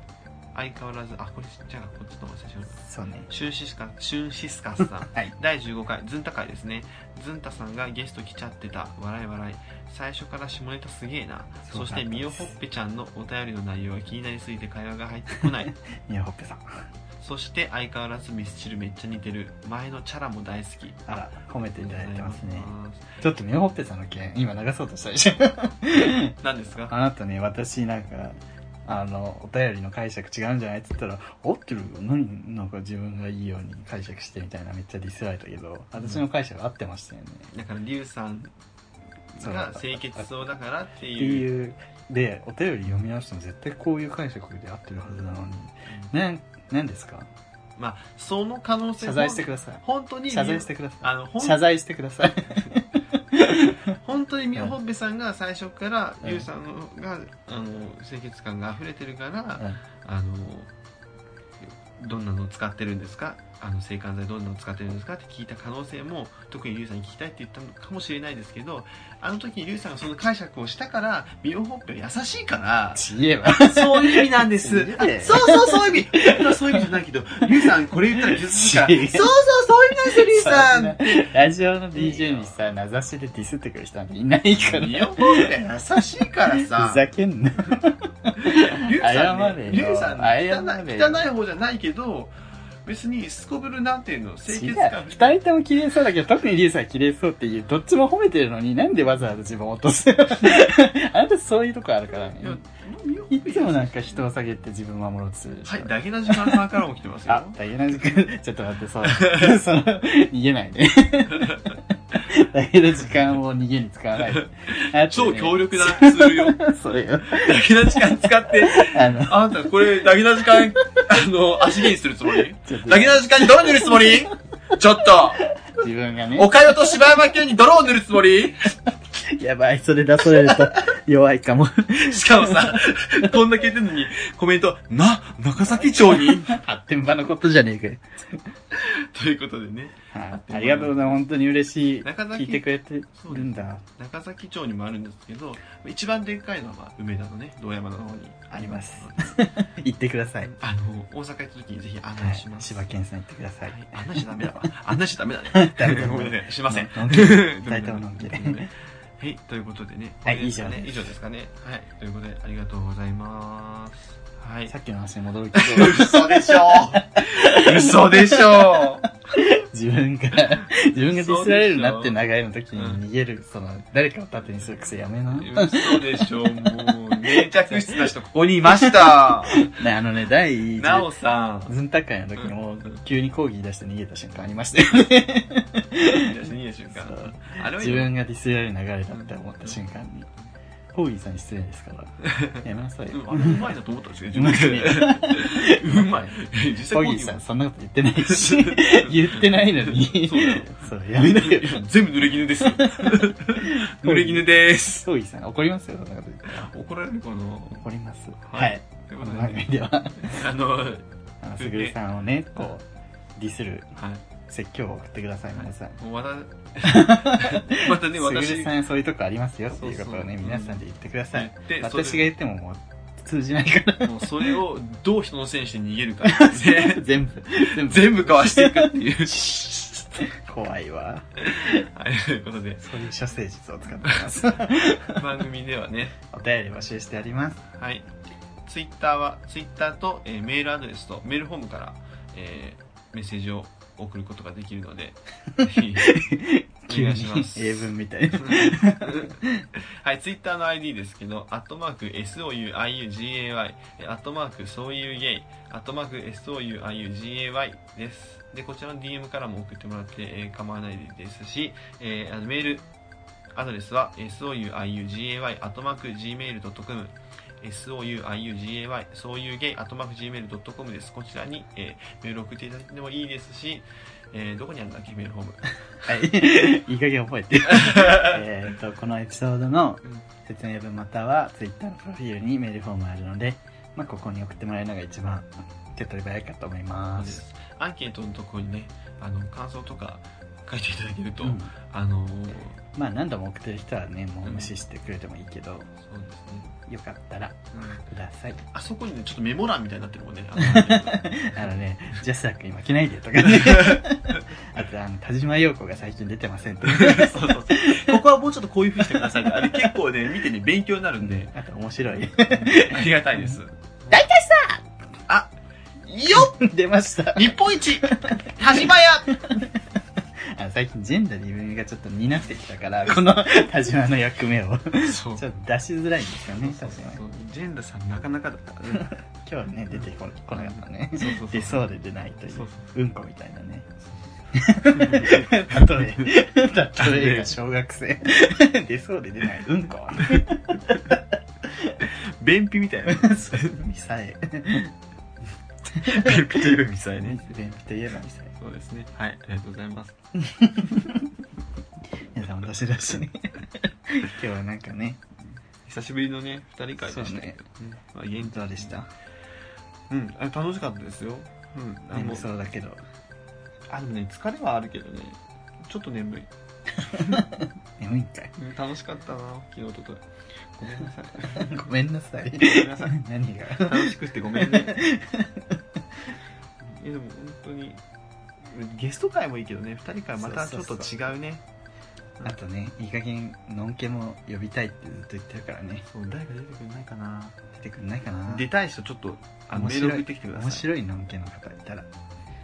Speaker 1: 相変わらず、あ、これ、じゃあ、こっちの方が最初に
Speaker 2: そうね
Speaker 1: シュンシスカ、シュンシスカスさん。
Speaker 2: はい
Speaker 1: 第15回ズンタ会ですねズンタさんがゲスト来ちゃってた笑い笑い最初から下ネタすげえな
Speaker 2: すご
Speaker 1: そ
Speaker 2: か
Speaker 1: して
Speaker 2: ったです
Speaker 1: みよほっぺちゃんのお便りの内容が気になりすぎて会話が入ってこない
Speaker 2: みやほっぺさん
Speaker 1: そそして相変わらずミスチルめっちゃ似てる前のチャラも大好き
Speaker 2: あら、褒めていただいてますね。
Speaker 1: あ
Speaker 2: ちょっとね、ほっぺさんの件、今流そうとしたでしょ。
Speaker 1: ー何ですか
Speaker 2: あなたね、私なんか、あの、お便りの解釈違うんじゃないって言ったら、合ってるよ。何なんか自分がいいように解釈してみたいな、めっちゃディスられたけど、私の解釈合ってましたよね。
Speaker 1: だからリュウさん
Speaker 2: そう
Speaker 1: が清潔そうだからって
Speaker 2: って
Speaker 1: いう
Speaker 2: いう、で、お便り読み直しても絶対こういう解釈で合ってるはずなのに。なん、なんですか
Speaker 1: まあその可能性
Speaker 2: 謝罪してください。
Speaker 1: 本当に
Speaker 2: 謝罪してくださ
Speaker 1: あのほ
Speaker 2: い。
Speaker 1: ん
Speaker 2: 謝罪してください。
Speaker 1: 本当にみ
Speaker 2: うん
Speaker 1: ほっぺさんが最初から
Speaker 2: うん
Speaker 1: リュウさんがあの清潔感が溢れてるから
Speaker 2: うん
Speaker 1: あのどんなの使ってるんですかあの制汗剤どんなの使ってるんですかって聞いた可能性も特にリュウさんに聞きたいって言ったのかもしれないですけどあの時にリュウさんがその解釈をしたからみほっぺは優しいから
Speaker 2: ちげえわ。
Speaker 1: そういう意味なん です。
Speaker 2: いいね
Speaker 1: あそうそう、そういう意 味。本当はそういう意味じゃないけど、リュウさん、これ言ったら傷 つくから。そう
Speaker 2: 違う
Speaker 1: そう、そういう意味なんですよ、リュウさん。
Speaker 2: ラジオの DJ にさ、名指しでディスってくる人なんていないから。
Speaker 1: 日本語って優しいからさ
Speaker 2: ふ、ざけんな。
Speaker 1: リュウさ
Speaker 2: 謝
Speaker 1: ん
Speaker 2: れ
Speaker 1: ね、
Speaker 2: よ
Speaker 1: リュウさん
Speaker 2: 謝れ
Speaker 1: ね
Speaker 2: よ
Speaker 1: 汚い、汚い方じゃないけど、別にすこぶるなんていうの、清
Speaker 2: 違
Speaker 1: 潔
Speaker 2: う
Speaker 1: 感。
Speaker 2: 二人とも綺麗そうだけど、特にリュウさんは綺麗そうっていう、どっちも褒めてるのに、なんでわざわざ自分を落と すあなたそういうとこあるからね
Speaker 1: い。やもう
Speaker 2: い
Speaker 1: ミホ
Speaker 2: つもなんか人を下げて自分を守ろうとするでしょ。
Speaker 1: はい、ダゲな時間さんからも来てますよ
Speaker 2: あ。、大変な時間、ちょっと待って、 そう。その、逃げ ないで。大変な時間を逃げに使わないで。あと
Speaker 1: 超
Speaker 2: ね
Speaker 1: 強力なツール よ。
Speaker 2: そうよ。
Speaker 1: ダゲな時間使って、
Speaker 2: あの、
Speaker 1: あなたこれ、ダゲな時間、あの、足毛にするつもり
Speaker 2: ちょっと
Speaker 1: ダゲな時間に泥塗るつもりちょっと
Speaker 2: 自分がね。
Speaker 1: 岡山と柴山県に泥を塗るつもり
Speaker 2: やばい、それ出されると弱いかも。
Speaker 1: しかもさ、こんだけ言ってんのに、コメント、な、中崎町に
Speaker 2: 発展場のことじゃねえかよ。
Speaker 1: ということでね、
Speaker 2: はい、ありがとうございます。本当に嬉しい。
Speaker 1: 中
Speaker 2: 聞
Speaker 1: 崎
Speaker 2: いてくれてるんだ。
Speaker 1: 中崎町にもあるんですけど、一番でっかいのはまあ梅田のね、道山の方に
Speaker 2: あります
Speaker 1: ので。
Speaker 2: 行ってください。
Speaker 1: あの、大阪行った時にぜひ案
Speaker 2: は
Speaker 1: 内
Speaker 2: い
Speaker 1: し。ます。
Speaker 2: 柴犬さん行ってください。
Speaker 1: はい案内しちゃダメだ わ。案内しちゃダメだ
Speaker 2: ダメ
Speaker 1: ね。
Speaker 2: だ
Speaker 1: ごめんなさい。しません。
Speaker 2: のんき 大
Speaker 1: 体
Speaker 2: 体のんき
Speaker 1: はい、ということでね。
Speaker 2: はい
Speaker 1: これですかね
Speaker 2: 以上です
Speaker 1: 以上ですかね。はい、ということでありがとうございます。はい。
Speaker 2: さっきの話に戻るけど、
Speaker 1: 嘘でしょ嘘でしょ
Speaker 2: 自分が、自分がディスられるなって長いの時に逃げる、その、誰かを盾にする癖やめな。ね、
Speaker 1: 嘘でしょもう、粘着質な人ここにいま した
Speaker 2: あのね、第10
Speaker 1: なおさん。
Speaker 2: ズンタ会の時にも
Speaker 1: うん、
Speaker 2: 急に抗議出して逃げた瞬間ありましたよ ね。
Speaker 1: いいでしょうか
Speaker 2: そう
Speaker 1: あれは
Speaker 2: 自
Speaker 1: 今
Speaker 2: 分がディスられる流れだって思った瞬間に、コーギーさんに失礼です から、やめなさいよ。
Speaker 1: うんあれうまいなと思ったんですけど、
Speaker 2: うまくね
Speaker 1: で。うまい。実
Speaker 2: コ
Speaker 1: 際、
Speaker 2: ーギーさん、そんなこと言ってないし 言ってないのに
Speaker 1: そうだよ、
Speaker 2: そう、やめなよ。
Speaker 1: 全部濡れ衣ですよ。濡れ衣です。
Speaker 2: コーギーさん、怒りますよ、そんなこと言ったら。
Speaker 1: 怒られるかな
Speaker 2: 怒ります。
Speaker 1: は
Speaker 2: はいい。
Speaker 1: という
Speaker 2: こ
Speaker 1: ことで
Speaker 2: の番
Speaker 1: ね、
Speaker 2: 組 では、
Speaker 1: あの、はい。
Speaker 2: あの、すぐるさんをね、こう、ディスる説教を送ってください、皆さん。
Speaker 1: もうまた、またね、
Speaker 2: すぐ
Speaker 1: 私
Speaker 2: る、さんそういうとこありますよっていうことを
Speaker 1: そう
Speaker 2: ね
Speaker 1: そう
Speaker 2: 皆さんで言ってください
Speaker 1: 言ってそれ
Speaker 2: 私が言ってももう通じな いから
Speaker 1: もうそれをどう人のせいにして逃げるかですね
Speaker 2: 全部全部
Speaker 1: 全部かわしていくっていう。
Speaker 2: 怖いわ
Speaker 1: はい、ということで、
Speaker 2: そういう処世術を使って ます
Speaker 1: 番組ではね、
Speaker 2: お便り募集してあります
Speaker 1: はい。ツイッターは、ツイッターと、えーメールアドレスとメールフォームから、えーメッセージを送ることができるの で、ぜひ、お
Speaker 2: 急
Speaker 1: 願
Speaker 2: に
Speaker 1: い します。
Speaker 2: 英文みたいな
Speaker 1: はい、ツイッターの ID ですけど、アットマーク SOUIUGAY、えアットマークそういうゲイ、アットマーク SOUIUGAY です。で、こちらの DM からも送ってもらって、えー構わないですし、えーあのメールアドレスは SOUIUGAY、アットマーク Gmail.com、SOUIUGAY、そういうゲイ、アットマーク Gmail.com です。こちらに、えーメール送っていただいてもいいですし、えーどこにあるんだっけ、メールフォーム。
Speaker 2: はいいい加減覚えてえっとこのエピソードの説明文または Twitter のプロフィールにメールフォームあるので、まあ、ここに送ってもらえるのが一番手っ取り早いかと思い
Speaker 1: そう
Speaker 2: ま、
Speaker 1: ですすアンケートのところにねあの感想とか書いていただけると、
Speaker 2: うん
Speaker 1: あのそ
Speaker 2: まあ何度も送ってる人はねもう無視してくれてもいいけど、
Speaker 1: うですね、
Speaker 2: よかったら
Speaker 1: うん
Speaker 2: ください。
Speaker 1: あそこにねちょっとメモ欄みたいになってるもんねあのアンケート
Speaker 2: あのね、ジャスラックに負けないでとかね。あと、あの、田島陽子が最近出てませんとか。
Speaker 1: そうそう そうここはもうちょっとこういうふうにしてくださいとかあれ結構ね見てね勉強になるんで
Speaker 2: あと、面白い。
Speaker 1: ありがたいです
Speaker 3: 大体さ、
Speaker 1: あよっ
Speaker 2: 出ました。
Speaker 5: 日本一田島屋
Speaker 2: あ最近ジェンダーで自分がちょっと担ってきたから、この田島の役目を、ち
Speaker 1: そ
Speaker 2: ょ
Speaker 1: う
Speaker 2: っと出しづらいんですよね、確かに。
Speaker 1: そうジェンダさんなかなかだったからね
Speaker 2: 今日はね、出てここなかったね
Speaker 1: そうそうそう。
Speaker 2: 出そうで出ないという
Speaker 1: そう、
Speaker 2: うんこみたいなね。例え、例えが小学生。 出そうで出ない、うんこ。
Speaker 1: 便秘みたい な
Speaker 2: ミサイ。
Speaker 1: 便秘というみたい
Speaker 2: 便
Speaker 1: ね
Speaker 2: 秘といえばミサイ。
Speaker 1: そうですねはいありがとうございます
Speaker 2: 皆さん私らしいね。今日はなんかね、
Speaker 1: 久しぶりのね二人会でし
Speaker 2: そう
Speaker 1: た
Speaker 2: ね
Speaker 1: ねまあ現地
Speaker 2: どうでした
Speaker 1: うんあ楽しかったですようんあも
Speaker 2: 眠
Speaker 1: う
Speaker 2: そうだけど。
Speaker 1: あでもね疲れはあるけどねちょっと眠い
Speaker 2: 眠いんかい。
Speaker 1: うん楽しかったな昨日と とごめんなさい
Speaker 2: ごめんなさい。
Speaker 1: ごめんなさい
Speaker 2: 何が
Speaker 1: 楽しくしてごめんねえでも本当にゲスト会もいいけどね二人会またちょっと違うね
Speaker 2: あとね、いい加減、のんけも呼びたいってずっと言ってるからね。
Speaker 1: そう誰か出てくれないかな
Speaker 2: 出てくんないかな
Speaker 1: 出たい人ちょっとあの
Speaker 2: 面
Speaker 1: メール
Speaker 2: 白
Speaker 1: 送っ
Speaker 2: い
Speaker 1: てきてくだ
Speaker 2: 面
Speaker 1: さい
Speaker 2: 白いのんけの方いたら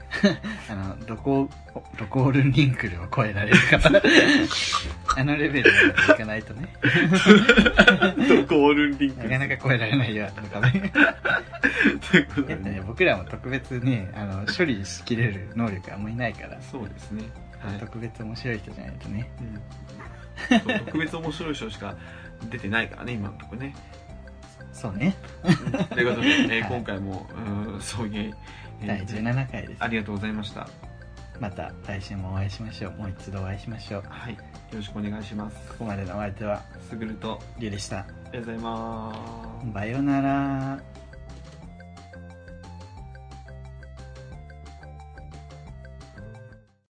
Speaker 2: あのロコロコールリンクルを超えられる方 あのレベルまでいかないとね
Speaker 1: ゴールリン
Speaker 2: なかなか超えられないよとかね
Speaker 1: ということ
Speaker 2: や
Speaker 1: で
Speaker 2: っぱね僕らも特別ねあの処理しきれる能力あんまりないから、
Speaker 1: そうですねはい、
Speaker 2: 特別面白い人じゃないとね
Speaker 1: うんそう特別面白い人しか出てないからね今のとこね
Speaker 2: そうね
Speaker 1: ということで、えー
Speaker 2: はい
Speaker 1: 今回もうん送迎、えー
Speaker 2: 第17回です
Speaker 1: ありがとうございました
Speaker 2: また来週もお会いしましょうもう一度お会いしましょう
Speaker 1: はいよろしくお願いします
Speaker 2: ここまでのお相手は
Speaker 1: すぐると
Speaker 2: りゅうでした
Speaker 1: ありがとうございます
Speaker 2: バイオなら